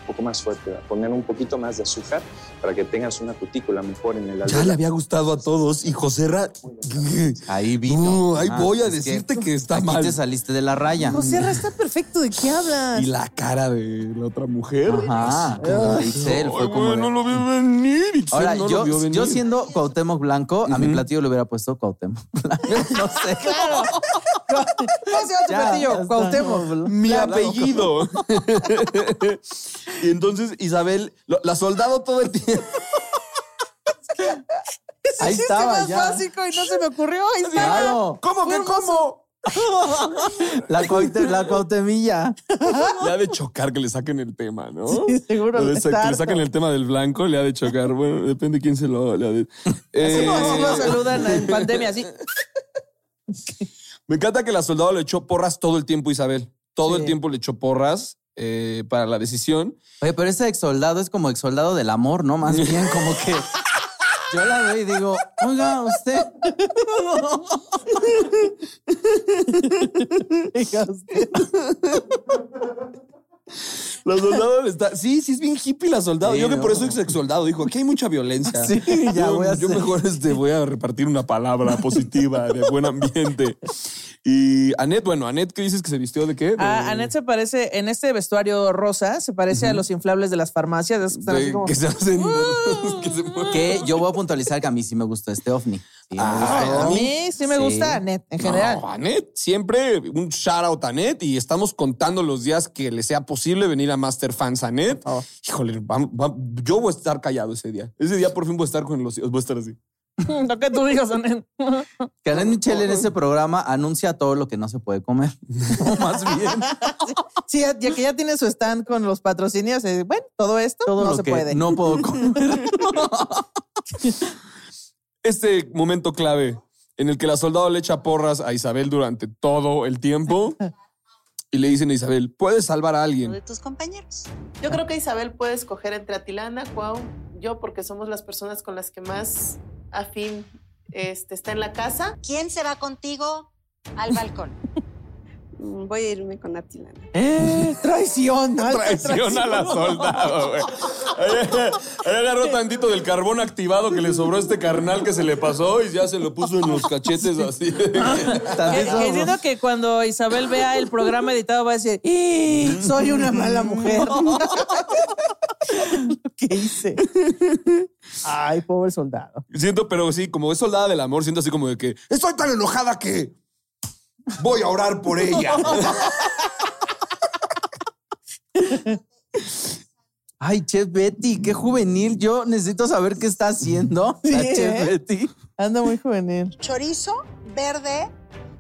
Un poco más fuerte, ¿verdad? poner un poquito más de azúcar para que tengas una cutícula mejor en el
Ya le
alveolar.
había gustado a todos y José Ra.
Ahí vino.
No, ahí
Ah,
voy a
es que
decirte que, está
Aquí
mal.
te saliste de la raya.
José Ra está perfecto. ¿De qué hablas?
Y la cara de la otra mujer.
Ajá. como de Itzel, fue
Ay,
como
güey,
de-
no lo vi venir. Itzel
Ahora,
no lo
yo,
vio venir.
yo siendo Cuauhtémoc Blanco, a mi platillo le hubiera puesto Cuauhtémoc Blanco. No sé.
Claro. ¿Cómo se llama tu
Ya, ya
platillo?
está.
Cuauhtémoc.
Mi
Claro.
apellido. y entonces Isabel, lo- la soldado todo el tiempo.
Ese
Ahí
chiste
estaba
más
ya.
básico y no se me ocurrió. Ahí estaba.
Claro.
¿Cómo que cómo?
La, Cuauhté- la Cuauhtemilla.
Le ha de chocar que le saquen el tema, ¿no?
Sí, seguro.
Lo de sa-
está
que le saquen
harto.
el tema del blanco, le ha de chocar. Bueno, depende de quién se lo. Le ha de...
Así como
Eh,
así lo saludan en pandemia, así.
Me encanta que la soldado le echó porras todo el tiempo, Isabel. Todo
Sí.
el tiempo le echó porras eh, para la decisión.
Oye, pero ese ex soldado es como ex soldado del amor, ¿no? Más bien como que yo la veo y digo, oiga, usted.
Oiga usted.
La soldado le está. Sí, sí, es bien hippie la soldado.
Sí,
Yo que por
no.
eso es ex soldado. Dijo, aquí hay mucha violencia.
Sí, ya
yo,
voy a
yo
hacer.
mejor este, voy a repartir una palabra positiva de buen ambiente. Y Anet, bueno, Anet, ¿qué dices que se vistió de qué? De-
Ah, Anet se parece, en este vestuario rosa, se parece a los inflables de las farmacias. esos que están
de-
así como- ¡Uh!
que se hacen. que se mueven.
Que yo voy a puntualizar que a mí sí me gustó este ovni. Sí, me
Ah,
gustó.
A mí sí me
Sí.
gusta Anet en general.
No, Anet, siempre un shout out a Anet y estamos contando los días que le sea posible venir a Master Fans Anet. Híjole, vam- vam- yo voy a estar callado ese día. Ese día por fin voy a estar con los voy a estar así.
Lo que tú digas, Anet.
Que Anet Michelle en este programa anuncia todo lo que no se puede comer. O más bien,
Sí, ya ya que ya tiene su stand con los patrocinios, eh, bueno, todo esto
todo
no
lo
se
que
puede.
no puedo comer.
Este momento clave en el que la soldado le echa porras a Isabel durante todo el tiempo y le dicen a Isabel, puedes salvar a
o
alguien.
de tus compañeros.
Yo creo que Isabel puede escoger entre Atilana, Cuau, yo, porque somos las personas con las que más afín este, está en la casa.
¿Quién se va contigo al balcón?
Voy a irme con Atilana.
¡Eh! ¡Traición!
Traición a la soldado, güey. Ahí- ahí agarró tantito del carbón activado que le sobró a este carnal que se le pasó y ya se lo puso en los cachetes así.
Que, que entiendo que cuando Isabel vea el programa editado va a decir, "Ih, soy una mala mujer. Lo que hice. Ay, pobre soldado.
Siento, pero sí, como es soldada del amor, siento así como de que estoy tan enojada que voy a orar por ella.
Ay, Chef Betty, qué juvenil. Yo necesito saber qué está haciendo
Sí,
la Chef
¿eh?
Betty.
Anda muy juvenil.
Chorizo verde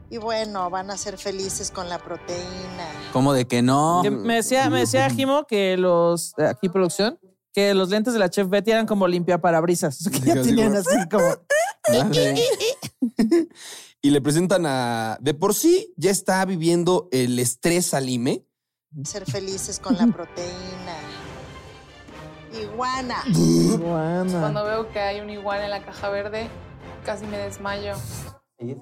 y bueno, van a ser felices con la proteína.
¿Cómo de que no?
Que Me decía, me decía Jimo que los, aquí producción, que los lentes de la Chef Betty eran como limpia parabrisas. pues, Que ya
así
tenían
como- "Ah,
así como...
y le presentan a. De por sí ya está viviendo el estrés alime.
Ser felices con la proteína. Iguana.
Iguana.
Cuando veo que hay un igual en la caja verde, casi me desmayo.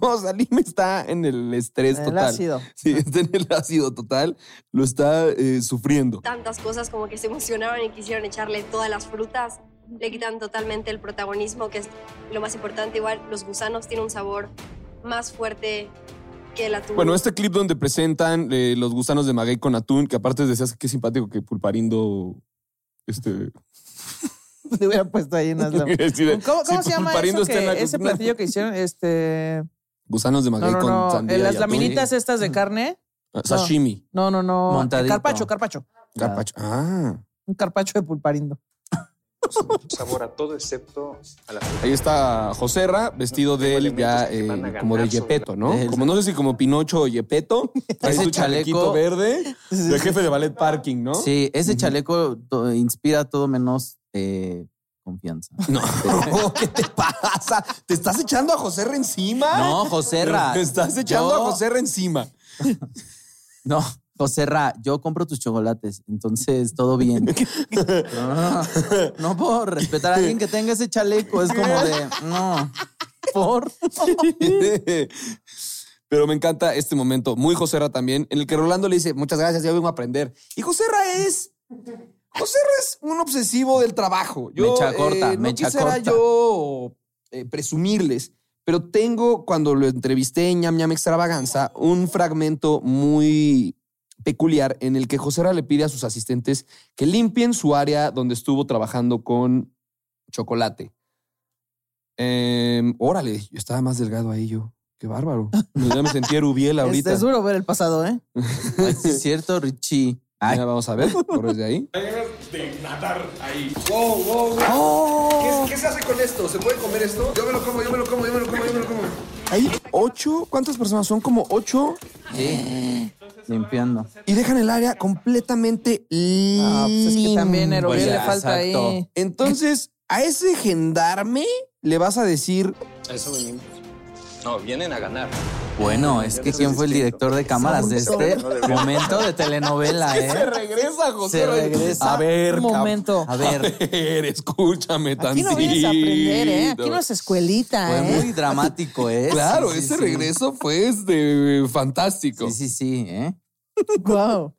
No, Salim está en el estrés
En el
total.
ácido.
Sí, está en el ácido total. Lo está eh, sufriendo.
tantas cosas como que se emocionaron y quisieron echarle todas las frutas, le quitan totalmente el protagonismo, que es lo más importante. Igual los gusanos tienen un sabor más fuerte que la atún.
Bueno, este clip donde presentan eh, los gusanos de maguey con atún, que aparte decías que es simpático que Pulparindo. Este.
Te hubiera puesto ahí unas lámparas.
Sí, de-
¿Cómo, cómo
pues
sí,
se llama
Pulparindo
eso
está en
que-
la-
ese platillo que hicieron? Este...
Gusanos de maguey
No, no,
con
no.
sandía
eh,
y
Las
atún.
laminitas estas
Mm.
de carne.
Ah, Sashimi.
No, no, no.
Montadito.
Carpacho, carpacho.
Carpacho. Ah.
Un carpacho de pulparindo.
Sabor a todo excepto a la
Ahí está Joserra, vestido de él ya eh, como de Yepeto, ¿no? Como no sé si como Pinocho o Yepeto. Trae
Ese
su chalequito
chaleco.
verde de jefe de ballet parking, ¿no?
Sí, ese chaleco to- inspira todo menos eh, confianza.
No. ¿Qué te pasa? ¿Te estás echando a Joserra encima?
No, Joserra.
Te estás echando
Yo-
a Joserra encima.
No, José Ra, yo compro tus chocolates, entonces todo bien. No, no puedo respetar a alguien que tenga ese chaleco, es como de, no, por.
Pero me encanta este momento, muy Joserra también, en el que Rolando le dice, muchas gracias, ya vengo a aprender. Y Joserra es... Joserra es un obsesivo del trabajo. Yo, eh,
Mecha corta,
no
mecha
quisiera
corta.
yo eh, presumirles, pero tengo, cuando lo entrevisté en ñam ñam extravaganza, un fragmento muy peculiar en el que Joserra le pide a sus asistentes que limpien su área donde estuvo trabajando con chocolate. Em, órale, yo estaba más delgado ahí yo. Qué bárbaro. Ya me sentí Rubiel
Es,
ahorita.
es duro ver el pasado, ¿eh?
es cierto, Richie.
Mira, vamos a ver, por desde ahí.
de nadar ahí. Wow, wow, wow.
Oh.
¿Qué, qué se hace con esto? ¿Se puede comer esto? Yo me lo como, yo me lo como, yo me lo como, yo me lo como.
Hay ocho, ¿cuántas personas son? Como ocho.
Limpiando.
Y dejan el área completamente limpia.
pues es que también Erobiel
Pues
le
ya,
falta ahí.
Entonces, a ese gendarme le vas a decir,
Eso venimos. No, vienen a ganar.
Bueno, es que quién fue el director de cámaras de este momento de telenovela,
Es que se
¿eh?
regresa, José.
Se regresa.
A ver,
Un
cab-
momento.
A ver. escúchame
Aquí
tantito.
no vienes a aprender, ¿eh? Aquí no es escuelita,
Fue
¿eh?
muy dramático, ¿eh?
Claro,
Sí, sí,
ese
sí.
regreso fue este, fantástico.
Sí, sí, sí, ¿eh?
Wow.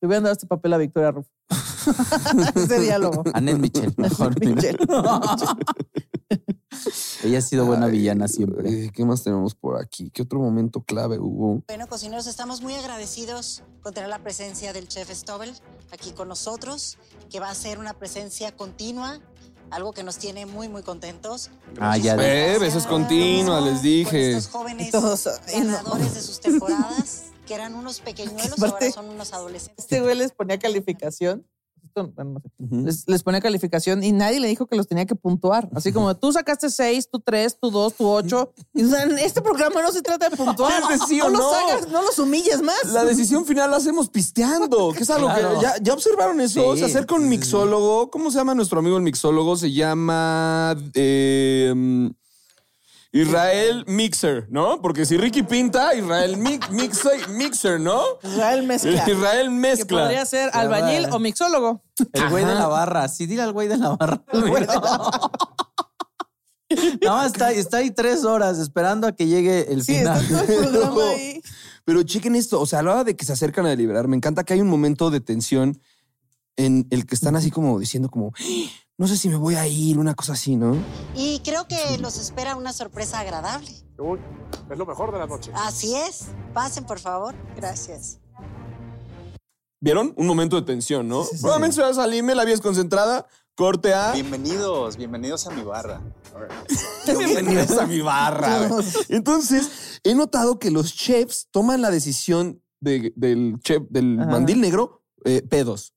Le hubieran dado este papel a Victoria Rufo. Ese diálogo.
Annette Mitchell, mejor.
Michelle.
Ella ha sido buena villana siempre.
eh, ¿Qué más tenemos por aquí? ¿Qué otro momento clave hubo?
Bueno, cocineros, estamos muy agradecidos con tener la presencia del chef Stobel aquí con nosotros, que va a ser una presencia continua, algo que nos tiene muy, muy contentos.
Ah, ya.
Eh, besos continua, les dije.
Los jóvenes
Todos, ay, no.
ganadores de sus temporadas, que eran unos pequeñuelos, ahora
Aparte-
son unos adolescentes.
Este güey les ponía calificación. Esto, bueno, no sé. les, les ponía calificación y nadie le dijo que los tenía que puntuar. Así como tú sacaste seis, tú tres, tú dos, tú ocho. Y, o sea, este programa no se trata de puntuar.
Es de sí o
los
no.
hagas, no los humilles más.
La decisión final la hacemos pisteando, que es algo
Claro.
que ya, ya observaron eso.
Sí,
Se acerca un mixólogo. ¿Cómo se llama nuestro amigo el mixólogo? Se llama eh, mm, Israel Mixer, ¿no? Porque si Ricky pinta, Israel Mix, Mixer, Mixer, ¿no?
Israel mezcla.
Israel
Que
mezcla.
podría ser albañil
vale.
o mixólogo.
El güey de la barra. Sí, dile al güey de la barra. Nada más está, está ahí tres horas esperando a que llegue el
Sí,
final.
está todo el programa ahí.
Pero chequen esto, o sea, a la hora de que se acercan a deliberar, me encanta que hay un momento de tensión en el que están así como diciendo como, "Ah, no sé si me voy a ir, una cosa así, ¿no?
Y creo que los espera una sorpresa agradable.
Uy, es lo mejor de la noche.
Así es. Pasen, por favor. Gracias.
¿Vieron? Un momento de tensión, ¿no? Nuevamente se va a salir, me la vi desconcentrada, corte a...
Bienvenidos, bienvenidos a mi barra.
Bienvenidos a mi barra. güey. Entonces, he notado que los chefs toman la decisión de- del chef, del
Ajá.
mandil negro, eh, pedos.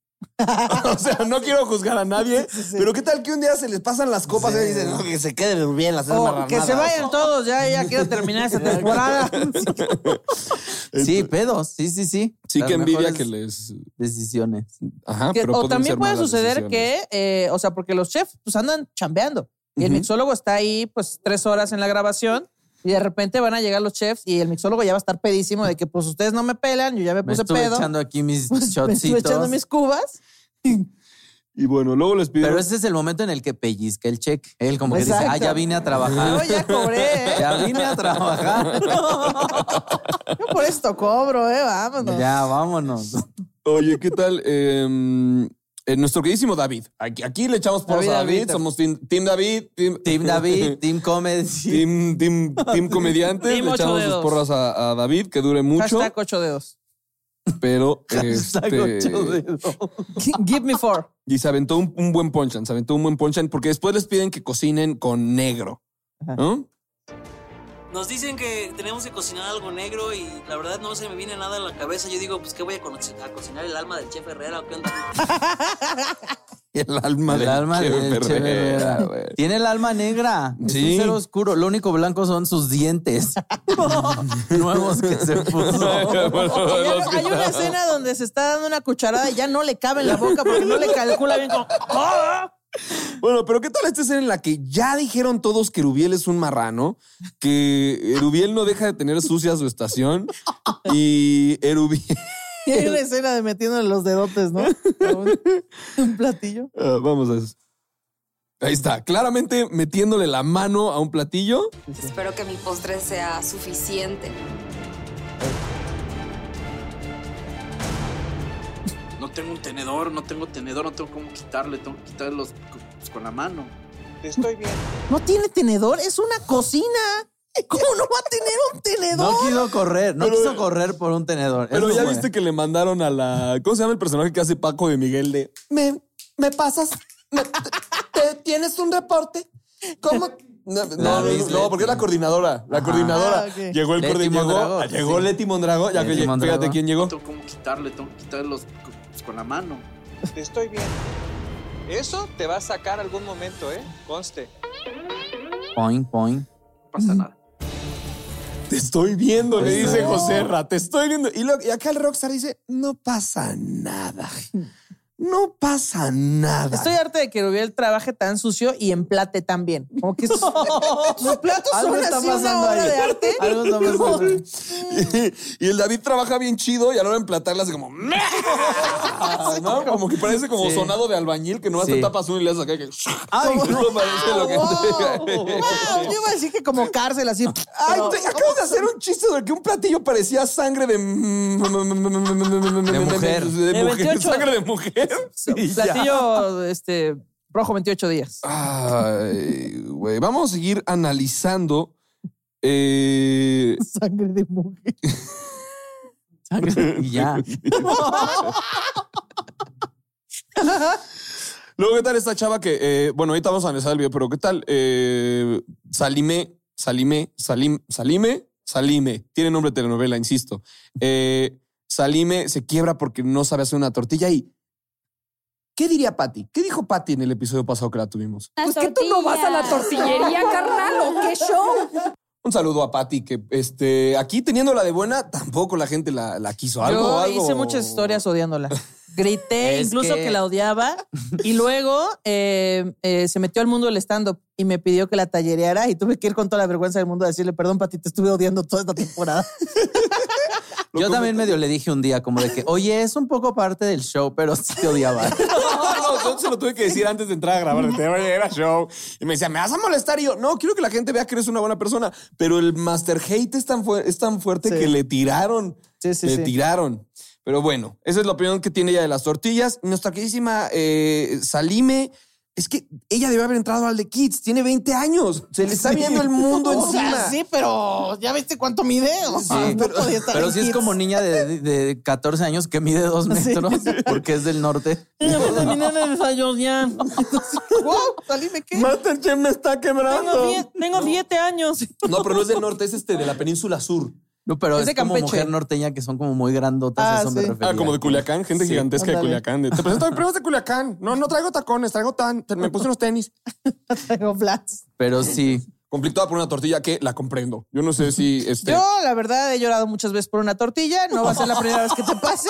o sea, no quiero juzgar a nadie, pero ¿qué tal que un día se les pasan las copas y dicen, "No, que se queden bien las
O
marranadas"?
que se vayan todos, ya, ya quiero terminar esta temporada.
Sí, pedos. Sí, sí, sí.
Sí,
Las
qué envidia
mejores
que les...
Decisiones.
Ajá,
Que- o también puede suceder
que
que, eh, o sea, porque los chefs pues andan chambeando y el
Ujú.
mixólogo está ahí pues tres horas en la grabación y de repente van a llegar los chefs y el mixólogo ya va a estar pedísimo de que pues ustedes no me pelan, yo ya me
Me
puse
estuve
pedo,
echando aquí mis
me estuve echando
shotsitos.
mis cubas.
Y bueno, luego les pido.
Pero ese es el momento en el que pellizca el cheque. Él como que dice,
Exacto.
ah, ya vine a trabajar.
No, ya cobré, ¿eh?
Ya vine a trabajar.
Yo por esto cobro, eh, vámonos.
ya, vámonos.
Oye, ¿qué tal? Eh, eh, nuestro queridísimo David. Aquí, aquí le echamos por a
David,
David.
David.
Somos team, team David. Team,
Team David, Team Comedy.
Team, team, team Comediantes.
Team
le
Ocho
echamos sus
Dedos.
porras a, a David, que dure mucho.
Hashtag ocho dedos.
Pero.
Hashtag
este,
ocho Give me four.
y se aventó un, un buen punchline. Se aventó un buen punchline porque después les piden que cocinen con negro. ¿No?
Nos dicen que tenemos que cocinar algo negro y la verdad no se me viene nada a la cabeza. Yo digo, pues, ¿qué voy a, conocer- a cocinar? ¿El alma del chef Herrera o qué onda?
El alma
El
del
alma
Che
del Che
Herrera,
Herrera.
güey.
Tiene el alma negra.
Sí.
Es un ser oscuro. Lo único blanco son sus dientes. Nuevos que se puso.
Hay, hay una escena donde se está dando una cucharada y ya no le cabe en la boca porque no le calcula bien como... ¡Ah!
Bueno, pero ¿qué tal esta escena en la que ya dijeron todos que Erubiel es un marrano, que Erubiel no deja de tener sucia su estación y Erubiel...
Y hay una escena de metiéndole los dedotes, ¿no? A un- un platillo.
Ah, vamos a eso. Ahí está, claramente metiéndole la mano a un platillo.
Espero que mi postre sea suficiente.
No tengo un tenedor, no tengo tenedor, no tengo cómo quitarle, tengo que quitarlos co- pues, con la mano.
Estoy bien. No tiene tenedor, es una cocina. ¿Cómo no va a tener un tenedor?
No quiso correr, no quiso correr por un tenedor.
Pero
Eso
ya
fue.
viste que le mandaron a la... ¿Cómo se llama el personaje que hace Paco de Miguel de...
¿Me, me pasas? me- te- ¿Tienes un reporte? ¿Cómo?
No, no, no, no, porque es la coordinadora. La coordinadora.
Ah, ok.
Llegó el
Leti
coordinador. Llegó,
Mondragón,
llegó
sí.
Leti Mondragón. Ya que
Leti
lle-
Mondragón.
fíjate quién llegó.
No tengo cómo quitarle, tengo que quitarlos co- pues, con la mano.
Estoy bien. Eso te va a sacar algún momento, ¿eh? Conste.
Point, point.
pasa nada.
Te estoy viendo, le
Te
dice
estoy-
José Ra, te estoy viendo. Y, lo- y acá el Rockstar dice, no pasa nada. No pasa nada.
Estoy harta de que Rubiel trabaje tan sucio y emplate tan bien. Como que sus, sus platos
Algo
son
está
así una
pasando
obra
ahí.
de arte.
Algo está pasando ahí.
Y, y el David trabaja bien chido y a la hora de emplatarla hace como... "Meh", ¿no? Como que parece como
Sí.
sonado de albañil que no
Sí.
te tapas uno y le haces acá que...
Ay,
no parece lo que
wow. Wow, Ah, yo iba a decir que como cárcel así.
Ay, te- acabas de hacer un chiste de que un platillo parecía sangre de... De mujer.
De
De mujer.
28.
Sangre de mujer. Sí, ya.
Platillo este, rojo 28 días.
Ay, güey. Vamos a seguir analizando. eh,
Sangre de mujer.
Y ya.
Luego, ¿qué tal esta chava que, eh, bueno, ahorita vamos a analizar el video, pero ¿qué tal? Eh, Salime, Salime, Salim, Salime, Salime. Tiene nombre de telenovela, insisto. Eh, Salime se quiebra porque no sabe hacer una tortilla y... ¿Qué diría Patty? ¿Qué dijo Patty en el episodio pasado que la tuvimos?
Pues que tú no vas a la tortillería, carnal, o qué show.
Un saludo a Patty, que este, aquí teniéndola de buena, tampoco la gente la, la quiso. Algo,
Yo
algo.
hice muchas historias odiándola. Grité
Es
incluso que...
que-
la odiaba y luego eh, eh, se metió al mundo del stand-up y me pidió que la tallereara y tuve que ir con toda la vergüenza del mundo a decirle, perdón, Pati, te estuve odiando toda esta temporada.
Yo también medio le dije un día, como de que, oye, es un poco parte del show, pero sí te odiaba.
No, no, yo se lo tuve que decir antes de entrar a grabar. de que Era show. Y me decía, ¿me vas a molestar? Y yo, no, quiero que la gente vea que eres una buena persona. Pero el master hate es tan, fu- es tan fuerte que le tiraron.
sí,
le
sí.
tiraron. Pero bueno, esa es la opinión que tiene ella de las tortillas. Nuestra queridísima eh, Salime, es que ella debe haber entrado al de Kids. Tiene 20 años. Se le está viendo el mundo
O sea,
encima.
sí, pero ya viste cuánto mide. O sea,
Sí,
no
pero,
podía estar
pero
en
si es
kids.
como niña de, de 14 años que mide dos metros porque es del norte.
wow, Oh, salime qué.
Masterchef me está quebrando.
Tengo, die- tengo siete años.
No, pero no es del norte, es este de la península sur.
No, pero
Es
es,
de
como
Campeche.
mujer norteña que son como muy grandotas, a
Ah,
eso me
sí.
refería.
Ah, como de Culiacán, gente gigantesca de
ándale.
Culiacán. de- Te presento a primos de Culiacán. No, no traigo tacones, traigo tan. Me puse unos tenis.
Tengo flats.
Pero sí.
Conflictuada por una tortilla que la comprendo. Yo no sé si este.
Yo, la verdad, he llorado muchas veces por una tortilla. No va a ser la primera vez que te pase.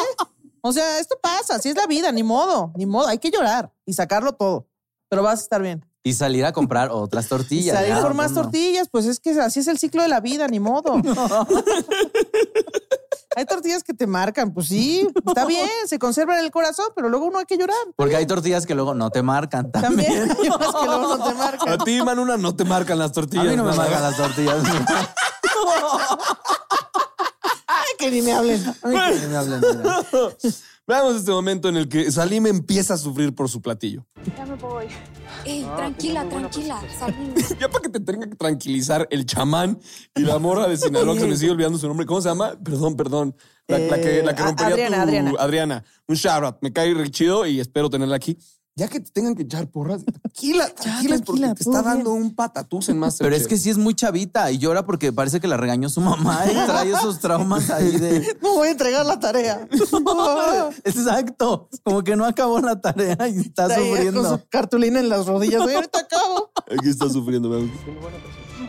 O sea, esto pasa, así es la vida, ni modo, ni modo. Hay que llorar y sacarlo todo. Pero vas a estar bien.
Y salir a comprar otras
Y
tortillas.
salir
ya,
por más
bueno.
tortillas, pues es que así es el ciclo de la vida, ni modo. Hay tortillas que te marcan, pues sí, está bien, se conservan en el corazón, pero luego uno hay que llorar.
Porque hay tortillas que luego no te marcan.
También hay unas que luego no te
A
marcan.
ti, Manuna, no te marcan las tortillas.
A mí no me
¿no?
marcan las tortillas.
Ay, que ni me hablen.
Ay, que ni me hablen. mira.
Veamos este momento en el que Salim empieza a sufrir por su platillo.
Ya me voy. Ey, tranquila, tranquila. Salim.
Ya para que te tenga que tranquilizar el chamán y la morra de Sinaloa que me sigue olvidando su nombre. ¿Cómo se llama? Perdón, perdón. La, la que, la que
Eh,
rompería
Adriana,
tu-
Adriana.
Adriana. Un shout out. Me cae re chido y espero tenerla aquí. Ya que te tengan que echar porras, tranquila, tranquila, es porque te está dando un patatús en más.
Pero es que sí es muy chavita y llora porque parece que la regañó su mamá y trae esos traumas ahí de.
No voy a entregar la tarea.
Exacto. Como que no acabó la tarea y está
Traía Con
sufriendo.
su cartulina en las rodillas. Oye, ahorita acabo.
Aquí está sufriendo, veamos.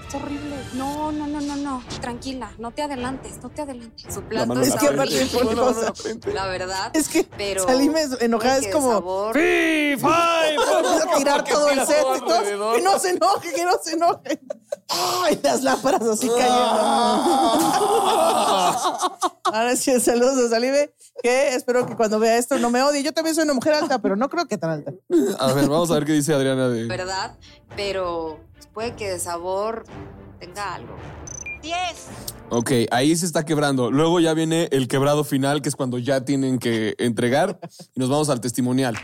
Es horrible. No, no, no, no, no. Tranquila, no te adelantes, no te adelantes. Su
La mano en la
es
frente.
horrible,
Pon la mano en la
la,
frente.
verdad.
Es que
pero
Salime enojada,
que
es
el
como.
sabor-
"Fi, fi", Empieza a tirar
Porque
todo el
tira
set.
todo
y todos,
alrededor.
que no se enoje, que no se enoje. Ay, las lámparas así
Ah.
cayendo. Ahora sí, saludos a Salime, que espero que cuando vea esto no me odie. Yo también soy una mujer alta, pero no creo que tan alta.
A ver, vamos a ver qué dice Adriana de.
¿verdad? Pero puede que de sabor tenga algo.
10.
Ok, ahí se está quebrando. Luego ya viene el quebrado final, que es cuando ya tienen que entregar y nos vamos al testimonial.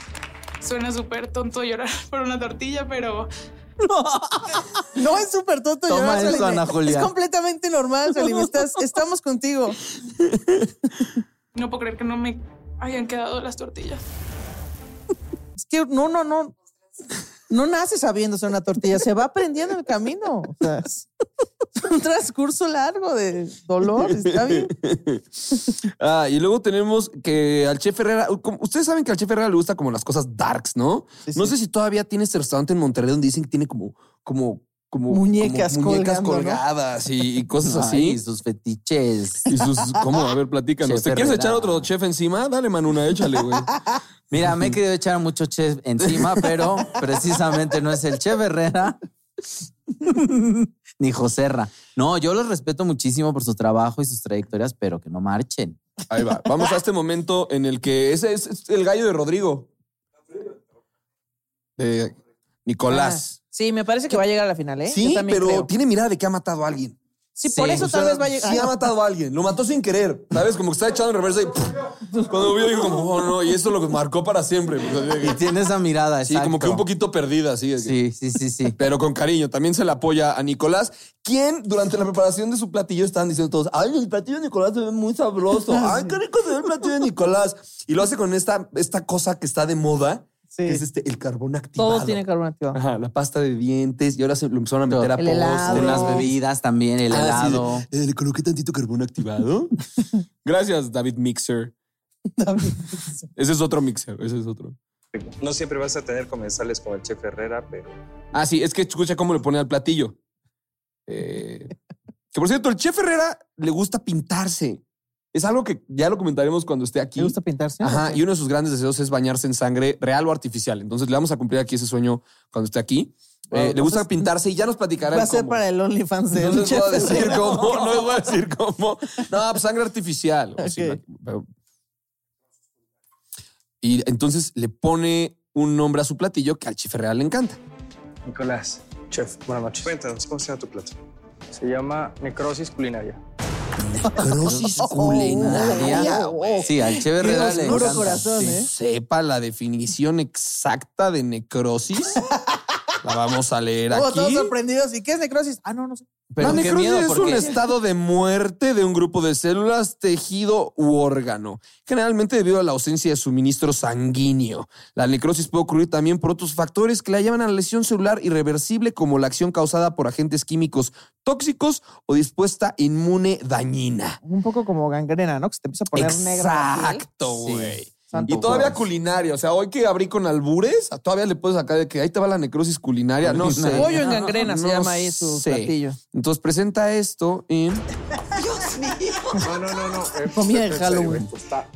Suena súper tonto llorar por una tortilla, pero
No es súper tonto
Toma
llorar,
eso,
Salime.
Ana Julia.
Es completamente normal, Salime. Estás, estamos contigo.
no puedo creer que no me hayan quedado las tortillas.
Es que no, no, no. No nace sabiendo hacer una tortilla, se va aprendiendo en el camino. O sea, es un transcurso largo de dolor, está bien.
Ah, y luego tenemos que al chef Herrera, como- ustedes saben que al chef Herrera le gusta como las cosas darks, ¿no? no sé si todavía tiene este restaurante en Monterrey donde dicen que tiene como, como, como
Muñecas
como muñecas
colgando, ¿no?
colgadas y, y cosas así.
Ay, y sus fetiches.
Y sus, ¿cómo? A ver, platícanos.
Chef
¿Te quieres
Herrera.
echar otro chef encima? Dale, Manuna, échale, güey.
Mira, me he querido echar mucho chef encima, pero precisamente no es el chef Herrera ni José Ra. No, yo los respeto muchísimo por su trabajo y sus trayectorias, pero que no marchen.
Ahí va. Vamos a este momento en el que ese es, es el gallo de Rodrigo. De Nicolás.
Ah, sí, me parece que va a llegar a la final, ¿eh?
sí,
Yo también
pero
creo.
tiene mirada de que ha matado a alguien.
Sí, por eso tal vez va a llegar.
Sí ha matado a alguien. Lo mató sin querer. ¿Sabes? Como que está echado en reversa y ¡puf! cuando vio dijo como, oh no, y eso lo que marcó para siempre. Y
tiene esa mirada,
Sí, como que un poquito perdida, así.
Sí, sí, sí, sí.
Pero con cariño. También se le apoya a Nicolás, quien durante la preparación de su platillo estaban diciendo todos, ay, el platillo de Nicolás se ve muy sabroso. Ay, qué rico se ve el platillo de Nicolás. Y lo hace con esta, esta cosa que está de moda, que es este, el carbón activado.
Todos tienen carbón activado.
Ajá, la pasta de dientes y ahora se lo empezaron a meter a
El helado.
postres.
Las bebidas también, el
Ah, sí,
helado.
de, eh, le coloqué tantito carbón activado. Gracias, David Mixer. Ese es otro mixer, ese es otro.
No siempre vas a tener comensales como el chef Herrera, pero
Ah, sí, es que escucha cómo le pone al platillo. Eh, que por cierto, el chef Herrera le gusta pintarse. Es algo que ya lo comentaremos cuando esté aquí. ¿Le gusta
pintarse?
Ajá, y uno de sus grandes deseos es bañarse en sangre real o artificial. Entonces le vamos a cumplir aquí ese sueño cuando esté aquí. Eh,
Wow,
le gusta
entonces-
pintarse y ya nos platicará
Va a
el
ser
cómo.
para el OnlyFans de
No les voy a
Chef
decir
Herrera.
cómo, no les voy a decir cómo. No, pues sangre artificial. o sea, pero- Y entonces le pone un nombre a su platillo que al Chef Real le encanta.
Nicolás. Chef, buenas noches. Cuéntanos, ¿cómo se llama tu plato? Se llama necrosis culinaria.
Necrosis culinaria.
Sí, al Chef
Dios,
Herrera le
puro
encanta.
corazón,
Sí.
¿eh? Sepa la definición exacta de necrosis. La vamos a leer
Todos, todos
aquí.
sorprendidos. ¿Y qué es necrosis? Ah, no, no sé.
La
qué
necrosis
miedo,
es
porque-
un estado de muerte de un grupo de células, tejido u órgano, generalmente debido a la ausencia de suministro sanguíneo. La necrosis puede ocurrir también por otros factores que la llaman a la lesión celular irreversible, como la acción causada por agentes químicos tóxicos o dispuesta inmune dañina.
Un poco como gangrena, ¿no? Que se te empieza a poner negra. la piel.
Exacto, güey.
Santo
Y todavía
Dios.
culinaria, o sea, hoy que abrí con albures, todavía le puedes sacar de que ahí te va la necrosis culinaria. No sé.
Pollo en gangrena se llama ahí su platillo.
Entonces presenta esto en
Dios mío. No, no, no, no. eh,
Comida de
en serio,
Halloween.
esto Está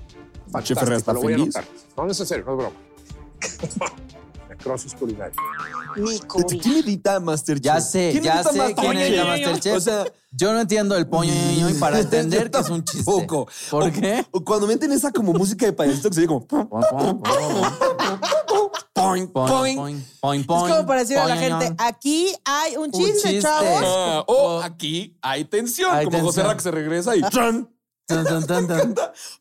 Chef Herrera
fantástico,
está
lo voy a
feliz.
anotar. No, no es en serio, no es broma. Necrosis culinaria.
¿Quién edita Masterchef?
Ya sé,
¿Quién
ya
edita
sé quién
Masterchef?
edita Masterchef.
O sea,
yo no entiendo el poño niño y para entender que es un chiste.
Poco.
¿Por qué?
Cuando meten esa como música de payasito que se dice como. Point,
point, point,
Es como para decirle a la gente, aquí hay un chiste,
chiste.
chavos.
Ah, o aquí hay tensión,
Oh. Hay
como José
tensión. Ah.
Rack se regresa y ¡tran!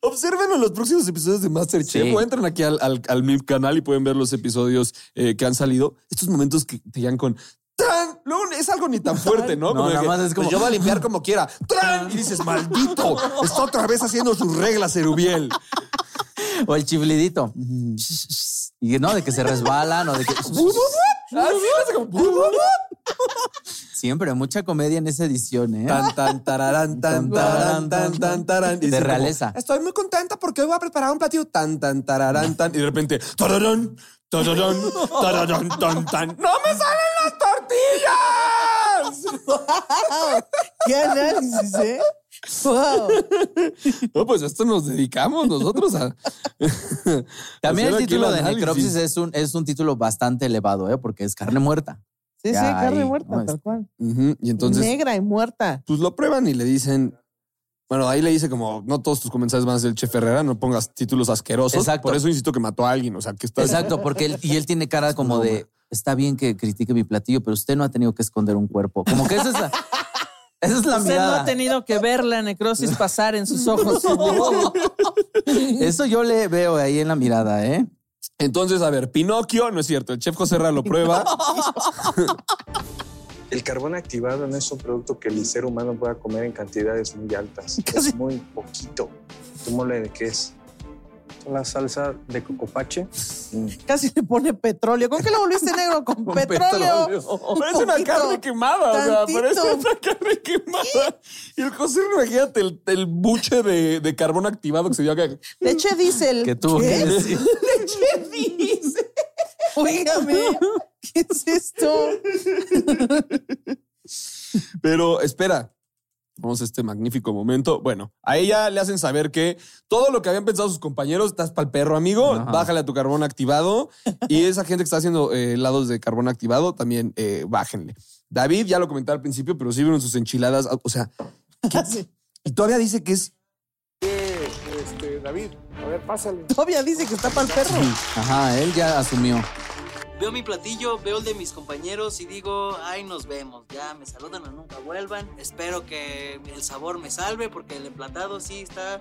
Observen en los próximos episodios de Masterchef
Sí.
o entran aquí al, al, al mi canal y pueden ver los episodios eh, que han salido. Estos momentos que te llegan con ¡tran! Luego es algo ni tan fuerte, ¿no?
No,
de
nada
que,
más es como-
"Pues yo voy a limpiar como quiera. ¡tran! Y dices, maldito, está otra vez haciendo sus reglas, Erubiel.
O el chiflidito. Y no, de que se resbalan o de que.
Ah,
Siempre mucha comedia en esa edición, ¿eh?
Tan, tan, tararán, tan, tararán, tan, tan, tararán.
De
Dice como,
realeza.
Estoy muy contenta porque hoy voy a preparar un platillo tan, tan, tararán, tan. Y de repente, tararán, tararán, tararán, tan, tan. ¡No me salen las tortillas!
¡Qué análisis, eh! ¡Wow!
No, pues a esto nos dedicamos nosotros a.
También el
hacer aquí
título
el
de
análisis.
Necropsis es un, es un título bastante elevado, ¿eh? Porque es carne muerta.
Sí, sí,
Ya
carne
ahí,
muerta,
¿no?
tal cual.
Ujú, Y entonces.
Negra y muerta.
pues lo prueban y le dicen. Bueno, ahí le dice como no todos tus comensales van a ser el chef Herrera, no pongas títulos asquerosos.
Exacto.
Por eso insisto que mató a alguien, o sea, que está.
Exacto, porque él, y él tiene cara como de, está bien que critique mi platillo, pero usted no ha tenido que esconder un cuerpo. Como que esa es la, esa es la
Usted no ha
mirada.
tenido que ver la necrosis pasar en sus ojos.
Eso yo le veo ahí en la mirada, ¿eh?
Entonces, a ver, Pinocchio, no es cierto, el chef José Herrera lo prueba.
El carbón activado no es un producto que el ser humano pueda comer en cantidades muy altas. Es muy poquito. ¿Tu mole de qué es? La salsa de cocopache.
Casi le pone petróleo. ¿Con qué lo volviste negro? Con, petróleo.
Parece una
Poquito.
carne quemada, o sea,
Tantito.
parece una carne quemada. Y el José, Herrera, imagínate el, el buche de, de carbón activado que se dio acá.
Leche diésel.
Que tuvo
¿Qué?
que decir.
Leche diésel. Óigame, ¿qué es esto?
Pero espera. Vamos a este magnífico momento. Bueno, a ella le hacen saber que todo lo que habían pensado sus compañeros, estás para el perro, amigo. Bájale a tu carbón activado. Y esa gente que está haciendo eh, helados de carbón activado, también eh, bájenle. David ya lo comentaba al principio, pero sí vieron sus enchiladas. ah, O sea, ¿qué? y todavía dice que es
Eh, Este, David, a ver, pásale.
Todavía dice que está para el perro.
Ajá, él ya asumió.
Veo mi platillo, veo el de mis compañeros y digo, ay, nos vemos. Ya me saludan o nunca vuelvan. Espero que el sabor me salve porque el emplatado sí está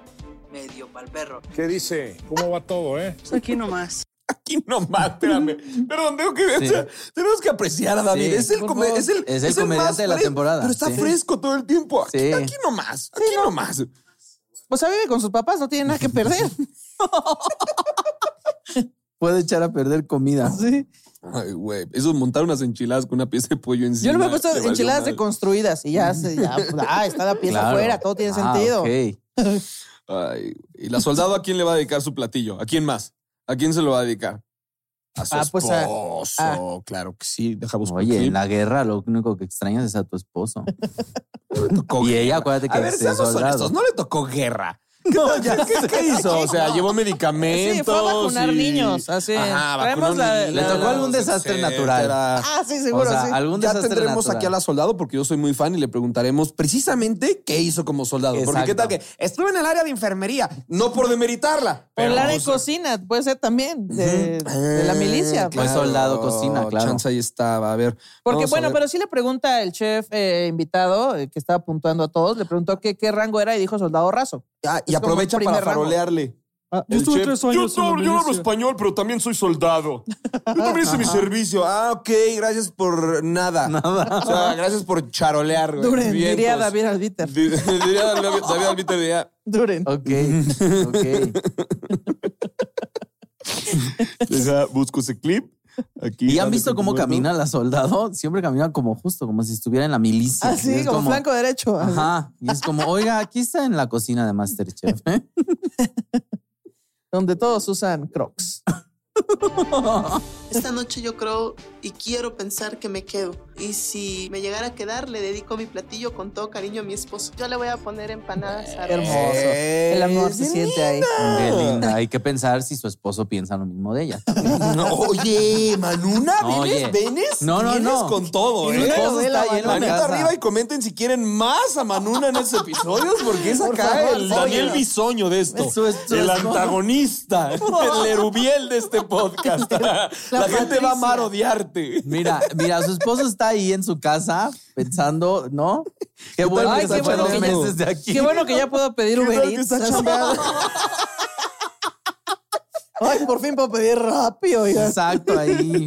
medio pa'l perro.
¿Qué dice? ¿Cómo va todo, eh?
Pues Aquí nomás.
Aquí nomás, espérame. Perdón, tengo que
Sí.
o sea, tenemos que apreciar a David.
Sí.
Es el, come- es el,
Es el comediante
más
de la
fres-
temporada,
Pero está
sí.
fresco todo el tiempo. Aquí,
Sí. Pues
aquí nomás. Aquí nomás.
O sea, vive con sus papás, no tiene nada que perder.
Puede echar a perder comida.
Sí.
Ay, güey. Eso es montar unas enchiladas con una pieza de pollo encima.
Yo le he puesto
te valió
enchiladas
madre.
deconstruidas y ya, se- ya, ah, está la pieza
Claro.
afuera, todo tiene
Ah,
sentido.
ok. Ay, ¿Y la soldado a quién le va a dedicar su platillo? ¿A quién más? ¿A quién se lo va a dedicar? A su
Ah, pues a-
esposo. Claro que sí. Deja buscar.
Oye,
aquí.
en la guerra lo único que extrañas es a tu esposo. y ella, acuérdate que
A ver,
es
seamos
soldado.
honestos. No le tocó guerra. No, ya. ¿Qué, qué hizo? O sea, llevó medicamentos.
Sí, fue a vacunar
y-
niños, así.
Ajá,
Traemos
vacunó
la-
niños,
Le tocó algún desastre
etcétera.
natural. Ah, sí, seguro,
O sea,
sí.
Algún
Ya
desastre
tendremos
natural.
aquí a la
soldado porque yo soy muy fan y le preguntaremos precisamente qué hizo como soldado. Porque qué tal que estuve en el área de enfermería, no por demeritarla.
O
pero, pues,
el área
o
de
sea,
cocina, puede ser también, de, de la milicia.
Pues soldado, cocina, claro. Chance ahí estaba, a ver.
Porque
vamos a
bueno,
ver.
pero sí le pregunta el chef eh, invitado, eh, que estaba apuntando a todos, le preguntó qué, qué rango era y dijo soldado raso.
Ah,
Y
Es como el
aprovecha para
primer rango.
farolearle.
yo
El
estuve
chef,
Ah, tres años
Yo,
en la
hablo- yo hablo
milicia".
español, pero también soy soldado. Yo también hice mi
Ajá.
servicio. Ah, ok, gracias por nada. Nada. O sea, gracias por charolear. güey.
Duren,
Vientos.
diría David Albiter.
Di- diría David David Albiter, diría,
Duren.
Ok,
Deja, busco ese clip. Aquí,
¿Y han
dale
visto cómo
continuar, ¿no?
camina la soldado? Siempre camina como justo, como si estuviera en la milicia.
Así,
Y es
Ah, como, flanco derecho. así.
Ajá. Y es como, oiga, aquí está en la cocina de Masterchef. ¿eh?
Donde todos usan crocs.
Esta noche yo creo y quiero pensar que me quedo. Y si me llegara a quedar, le dedico mi platillo con todo cariño a mi esposo. Yo le voy a poner empanadas. a
Hermoso.
Eh,
El amor se siente ahí.
Qué linda. Hay que pensar si su esposo piensa lo mismo de ella.
No, oye, Manuna,
Oye.
¿vienes? ¿Vienes?
No, no,
¿Vienes
no.
con todo,
Y
¿eh?
una novela,
está llena.
Manuna.
Manita arriba y comenten si quieren más a Manuna en estos episodios, porque es
Por
acá
favor,
el
oye.
Daniel Bisoño de esto.
Eso es- eso
el
es-
antagonista, el erubiel de este podcast. La, gente va a amar odiarte.
Mira, mira, su esposo está ahí en su casa pensando, ¿no? Qué bueno
Ay,
que se
qué bueno
fueron
que ya-
meses de aquí.
Qué bueno que ya puedo pedir
Qué
Uber
bueno que
Eats.
está
así.
chambeando.
Ay, por fin puedo pedir rápido. oiga.
Exacto, ahí.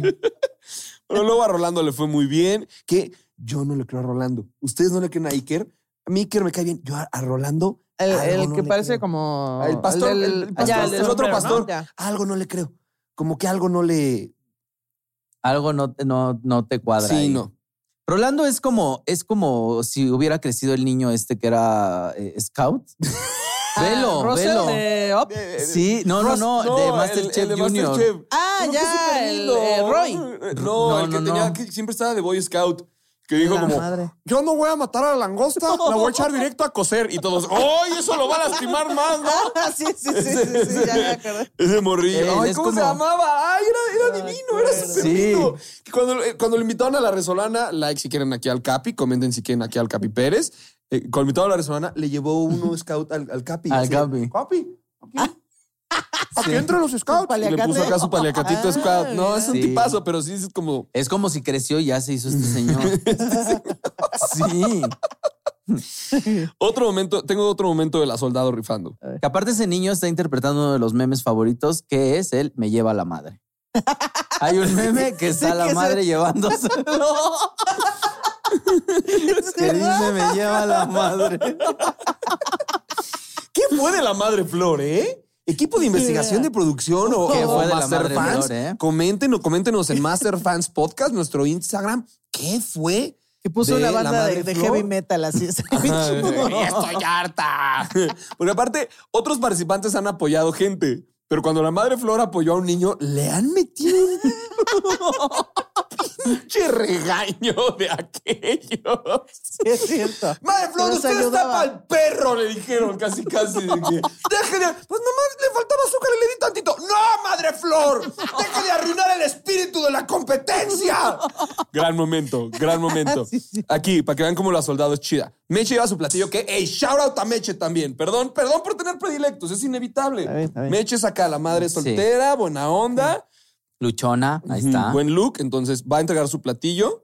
Pero luego a Rolando le fue muy bien, que yo no le creo a Rolando. Ustedes no le creen a Iker. A mí Iker me cae bien. Yo a, a Rolando.
El,
algo
el
no
que
le
parece como.
creo. El pastor, el,
del-
el
ah,
pastor,
ya,
el
del
otro
sombrero, ¿no?
pastor.
Ya.
Algo no le creo. Como que algo no le...
Algo no, no, no te cuadra.
Sí,
ahí.
no.
Rolando es como, es como si hubiera crecido el niño este que era eh, scout. velo,
Ah, Russell
velo.
de Up.
Sí, no, no, no,
No,
de
el-
Masterchef
el de
Junior.
Masterchef.
Ah,
Uno que es
ya, el,
superlindo.
eh, Roy.
No,
No,
el que
no,
tenía
no.
que siempre estaba de Boy Scout. Que dijo
La
como,
madre.
yo no voy a matar a la langosta, la voy a echar directo a cocer. Y todos, ¡ay, eso lo va a lastimar más, ¿no?
Ah, sí, sí, sí, sí, sí, ya me acordé.
Ese morrillo.
Él
Ay,
Eh, es
¿cómo se
como- pues,
llamaba? Ay, era, era divino, era súper lindo.
Sí.
Que Cuando, eh, cuando lo invitaron a la Resolana, like si quieren aquí al Capi, comenten si quieren aquí al Capi Pérez. Eh, cuando invitaron a la Resolana, le llevó uno scout al, al Capi.
Al
Así,
Capi.
Capi. Aquí entran los scouts. Y le
paliacate.
puso acá su paliacatito
Ah,
scout. No, es un
sí.
tipazo, pero sí es como.
Es como si creció y ya se hizo este señor. sí.
Otro momento, tengo otro momento de la soldado rifando.
Que aparte ese niño está interpretando uno de los memes favoritos, que es el me lleva la madre. Hay un meme que está
Sí,
la
que se-
madre llevándose. que dice me lleva la madre.
¿Qué fue de la madre Flor, eh? Equipo de investigación de producción o,
¿Qué
o
fue de la
Master
madre
Fans,
Flor, eh?
comenten o coméntenos en Master Fans Podcast, nuestro Instagram. ¿Qué fue?
Que puso
de
una
la
banda
madre
de, de
Flor?
heavy metal así. está bien
Ajá,
chido.
de, Estoy harta. Porque aparte, otros participantes han apoyado gente, pero cuando la madre Flor apoyó a un niño, le han metido un pinche regaño de aquellos.
es cierto.
Madre Flor,
Nos
usted
ayudaba.
está pa'l perro, le dijeron casi, casi. de que, Deje de. Pues nomás le faltaba azúcar y le di tantito. ¡No, madre Flor! ¡Deje de arruinar el espíritu de la competencia! Gran momento, gran momento. Aquí, para que vean cómo la soldado es chida. Meche lleva su platillo que, hey, shout out a Meche también. Perdón, perdón por tener predilectos, es inevitable. Meche es acá, la madre soltera, buena onda.
Luchona, ahí está.
Buen look, entonces va a entregar su platillo.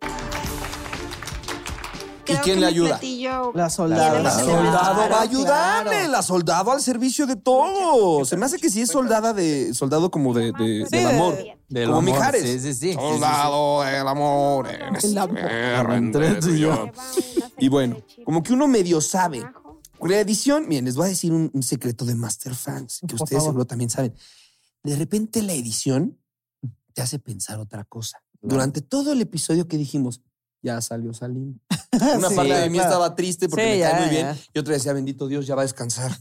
Creo
¿Y quién
que
le
mi
ayuda?
platillo-
La soldado.
La soldado va a ayudarle,
claro.
la soldado al servicio de todo. Se me hace que sí es soldada de soldado como de, de- del
Sí, de-
amor.
Del
como
amor,
Mijares.
sí, sí, sí, sí,
Soldado del amor. eres
El amor.
guerra entre tú y yo. Y bueno, como que uno medio sabe. Con la edición, miren, les voy a decir un, un secreto de Master Fans, que
Por
ustedes
favor.
seguro también saben. De repente la edición te hace pensar otra cosa. Durante todo el episodio que dijimos, ya salió, salimos. Una
Sí,
parte de mí
claro.
estaba triste porque
Sí,
me
ya,
cae muy bien.
ya.
Y otra decía, bendito Dios, ya va a descansar.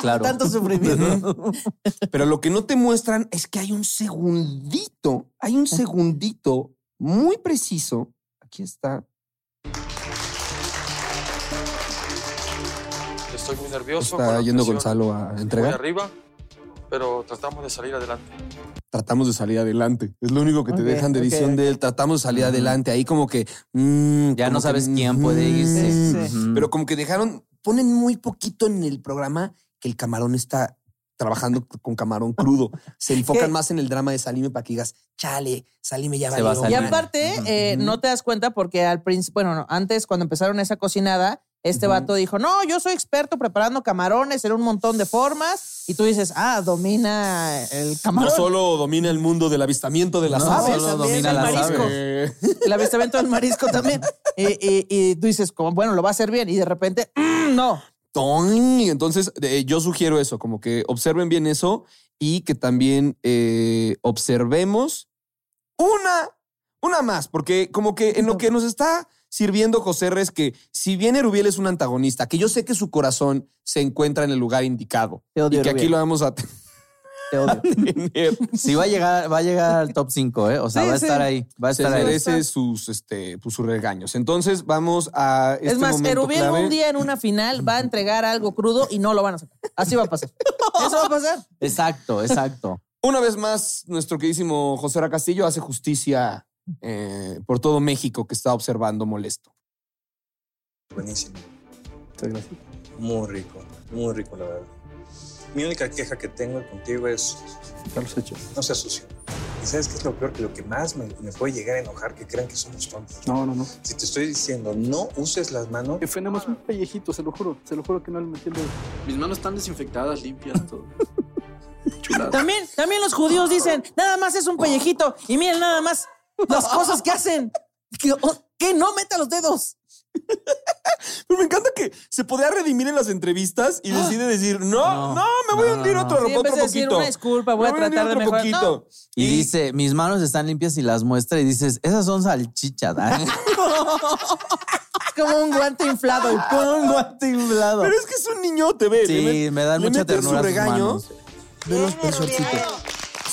Claro.
Tanto sufrimiento.
Pero lo que no te muestran es que hay un segundito, hay un segundito muy preciso. Aquí está.
Estoy muy nervioso. con
Está
la
yendo
presión
Gonzalo a
muy
entregar.
arriba, pero tratamos de salir adelante.
Tratamos de salir adelante. Es lo único que te
Ok,
dejan de
ok,
edición
ok.
de él. Tratamos de salir adelante. Ahí como que... mm,
Ya
como
no
que,
sabes quién puede
mm,
irse.
ujú. Pero como que dejaron... Ponen muy poquito en el programa que el camarón está trabajando con camarón crudo. Se enfocan
¿Qué?
más en el drama de Salime para que digas, chale, Salime ya
Se va a
valió.
salir. Y aparte, eh, no te das cuenta porque al principio, bueno, no, antes cuando empezaron esa cocinada, este vato dijo, no, yo soy experto preparando camarones en un montón de formas. Y tú dices, ah, domina el
No
camarón.
solo domina el mundo del avistamiento de las
No,
aves,
solo domina el las marisco.
Eh,
El avistamiento del marisco también. Y, y- y tú dices, como, bueno, lo va a hacer bien. Y de repente, "Mm, no.
ton. Entonces, eh, yo sugiero eso, como que observen bien eso y que también eh, observemos una, una más, porque como que en lo que nos está sirviendo José R. es que si bien Erubiel es un antagonista, que yo sé que su corazón se encuentra en el lugar indicado
Te odio,
y que aquí
Erubiel.
lo vamos a...
Te odio. Sí, va a llegar, va a llegar al top 5, ¿eh? O sea,
Sí,
va a
sí.
estar ahí. Va a
se
estar ahí.
merece sus, este, pues, sus regaños. Entonces, vamos a... Este
es más,
momento
Erubiel
clave.
un día en una final va a entregar algo crudo y no lo van a sacar. Así va a pasar. Eso va a pasar.
Exacto, exacto.
Una vez más, nuestro queridísimo José Ra Castillo hace justicia eh, por todo México que está observando molesto.
Buenísimo. Muy rico, muy rico, la verdad. Mi única queja que tengo contigo es. No los hechos. No seas sucio. ¿Y sabes qué es lo peor? Que lo que más me, me puede llegar a enojar, que crean que somos tontos.
No, no, no.
Si te estoy diciendo, no uses las manos.
Que fue nada más un pellejito, se lo juro. Se lo juro que no le metí el dedo.
Mis manos están desinfectadas, limpias, todo. Chulada.
También, también los judíos dicen, nada más es un pellejito. Y miren nada más las cosas que hacen. Que, oh, que no meta los dedos.
Pero me encanta que se podía redimir en las entrevistas y decide decir, Ah. no, no, me voy a hundir otro,
Sí, en
otro
vez de
poquito.
decir una disculpa, voy
Me
a
hundir
tratar de
otro
mejorar.
poquito.
Y, dice, mis manos están limpias y las muestra y dices, esas son salchichas. ¿eh?
Como un guante inflado.
Como un guante inflado.
"Ah". Pero es que es un niñote, ve.
Sí,
le met-
me dan
le
mucha
meten
ternura
su
sus
regaño.
manos.
Ve los pezoncitos.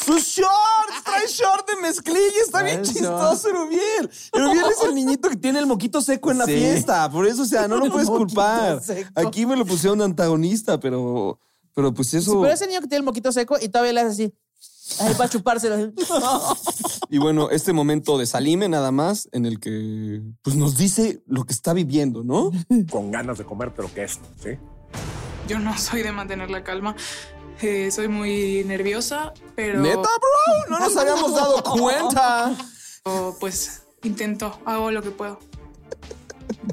¡Sus shorts! Trae short de mezclilla. Está bien chistoso, Erubiel. Erubiel es el niñito que tiene el moquito seco en la
Sí.
fiesta. Por eso, o sea, no lo puedes
Moquito
culpar.
seco.
Aquí me lo pusieron de antagonista, pero, pero pues
Sí,
eso.
pero ese niño que tiene el moquito seco y todavía le hace así. Ahí para chupárselo.
Y bueno, este momento de Salime nada más, en el que pues nos dice lo que está viviendo, ¿no? Con ganas de comer, pero que es, ¿sí?
Yo no soy de mantener la calma. Eh, soy muy nerviosa, pero.
¿Neta, bro? No nos habíamos dado cuenta.
O, pues intento, hago lo que puedo.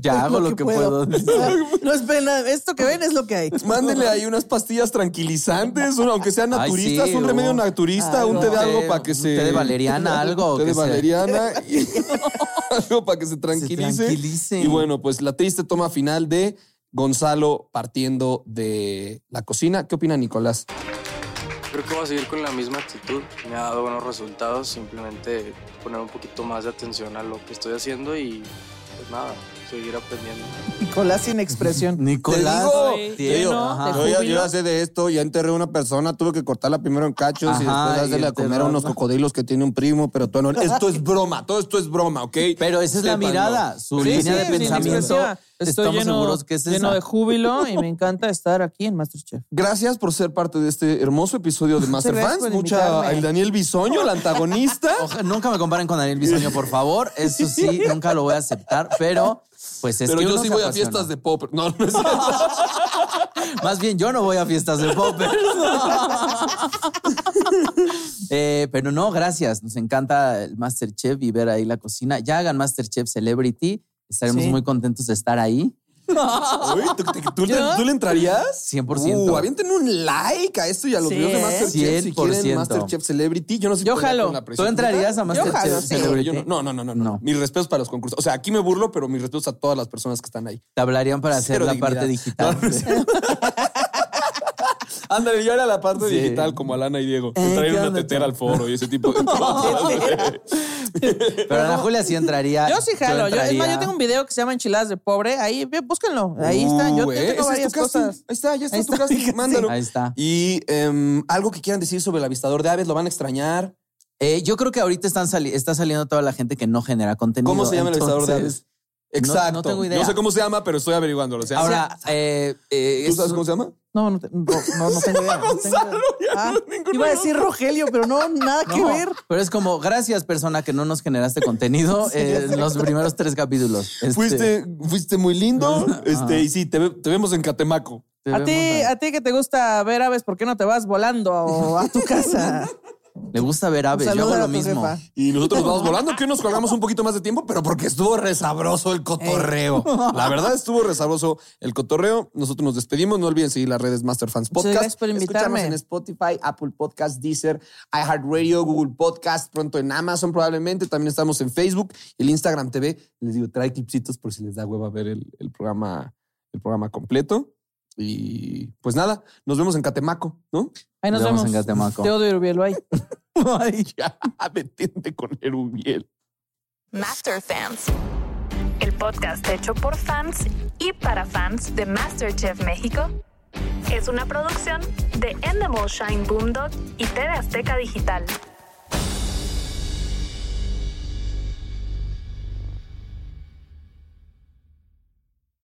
Ya hago lo que puedo.
No es pena, esto que ven es lo que hay.
Mándenle ahí unas pastillas tranquilizantes, un- aunque sean
Ay,
naturistas,
sí,
un
o-
remedio naturista, un té de
Té-
algo para que se.
té de valeriana, algo,
Té de
que se-
valeriana. y- algo para que se tranquilice.
tranquilicen.
Y bueno, pues la triste toma final de Gonzalo partiendo de la cocina. ¿Qué opina Nicolás?
Creo que voy a seguir con la misma actitud. Me ha dado buenos resultados. Simplemente poner un poquito más de atención a lo que estoy haciendo y pues nada, seguir aprendiendo.
Nicolás sin expresión.
Nicolás,
Soy
te digo,
lleno
ajá.
de
yo, ya, yo
júbilo.
ya sé de esto, ya enterré a una persona, tuve que cortarla primero en cachos y
Ajá,
después
y
hacerle a comer a
enterrarla.
unos cocodrilos que tiene un primo, pero todo no- Esto es broma, todo esto es broma, ¿ok? Pero
esa es la mirada, su línea de pensamiento.
Estoy
Estamos
lleno,
seguros que es
lleno
esa.
de júbilo y me encanta estar aquí en Masterchef.
Gracias por ser parte de este hermoso episodio de
Muchas gracias
Masterfans.
por
Mucha
invitarme.
el Daniel Bisoño, el antagonista.
Oja- nunca me comparen con Daniel Bisoño, por favor. Eso sí, nunca lo voy a aceptar, pero pues es
Pero
que
yo
uno
sí
se
voy a
apasiona.
fiestas de pop. No, no es
Más bien, yo no voy a fiestas de poppers. Eh, pero no, gracias. Nos encanta el Masterchef y ver ahí la cocina. Ya hagan Masterchef Celebrity. Estaremos
Sí.
muy contentos de estar ahí.
Uy, ¿tú, tú- tú- tú le entrarías?
100%.
Uh, avienten un like a esto y a los
Sí,
videos de
¿eh?
Masterchef. Si quieren
100%.
Masterchef Celebrity, yo no sé
Yo
por qué
jalo.
con la
¿Tú
presión.
entrarías a
Yo
Masterchef
jalo, sí.
Celebrity?
Yo no, no, no, no, no, no. Mis respetos para los concursos. O sea, aquí me burlo, pero mis respetos a todas las personas que están ahí.
Te hablarían para hacer
Cero
la
dignidad.
parte digital.
Ándale, yo era la parte
Sí.
digital como Alana y Diego.
Eh,
Que traen
¿qué
una
onda,
tetera al foro y ese tipo de
Pero Ana Julia sí entraría.
Yo sí jalo. Yo, es
entraría.
más, yo tengo un video que se llama Enchiladas de Pobre. Ahí, ve, búsquenlo. Ahí está. Yo, yo
Uh, eh, ese
tengo
es
varias
tu casting.
cosas.
Ahí está, ya está tu casting. Mándalo.
Ahí está.
Y em, algo que quieran decir sobre el avistador de aves, lo van a extrañar.
Eh, yo creo que ahorita están sali- está saliendo toda la gente que no genera contenido.
¿Cómo se llama el avistador de
Entonces,
Exacto.
No, no tengo idea.
sé cómo se llama, pero estoy averiguándolo. ¿Se llama-
Ahora, eh, eh,
¿Tú
es
sabes
un-
cómo se llama?
No, no, te- no, no, no tengo idea. no tengo idea. Ah, iba a decir Rogelio, pero no, nada que
No,
ver.
Pero es como, gracias persona que no nos generaste contenido
Sí,
eh, en los
exacto.
primeros tres capítulos. Este,
Fuiste, fuiste muy lindo. este,
Ajá.
y sí, te, ve- te vemos en Catemaco.
A ti, a ti que te gusta ver aves, ¿por qué no te vas volando a, a tu casa?
Le gusta ver aves, yo
saludo
hago
a
lo
tu
mismo.
jefa.
Y nosotros nos vamos volando, que hoy nos colgamos un poquito más de tiempo, pero porque estuvo resabroso el cotorreo. La verdad estuvo resabroso el cotorreo. Nosotros nos despedimos. No olviden seguir las redes Masterfans Podcast.
gracias por
Escucharnos
invitarme.
en Spotify, Apple Podcast, Deezer, iHeartRadio, Google Podcast, pronto en Amazon probablemente. También estamos en Facebook y el Instagram TV. Les digo, trae clipsitos por si les da hueva ver el, el programa, el programa completo. Y pues nada, nos vemos en Catemaco, ¿no?
Ahí nos, vemos. Te odio, Irubiel, bye.
Ay, ya, metente con Erubiel.
Master Fans, el podcast hecho por fans y para fans de MasterChef México, es una producción de Endemol Shine Boomdog y TV Azteca Digital.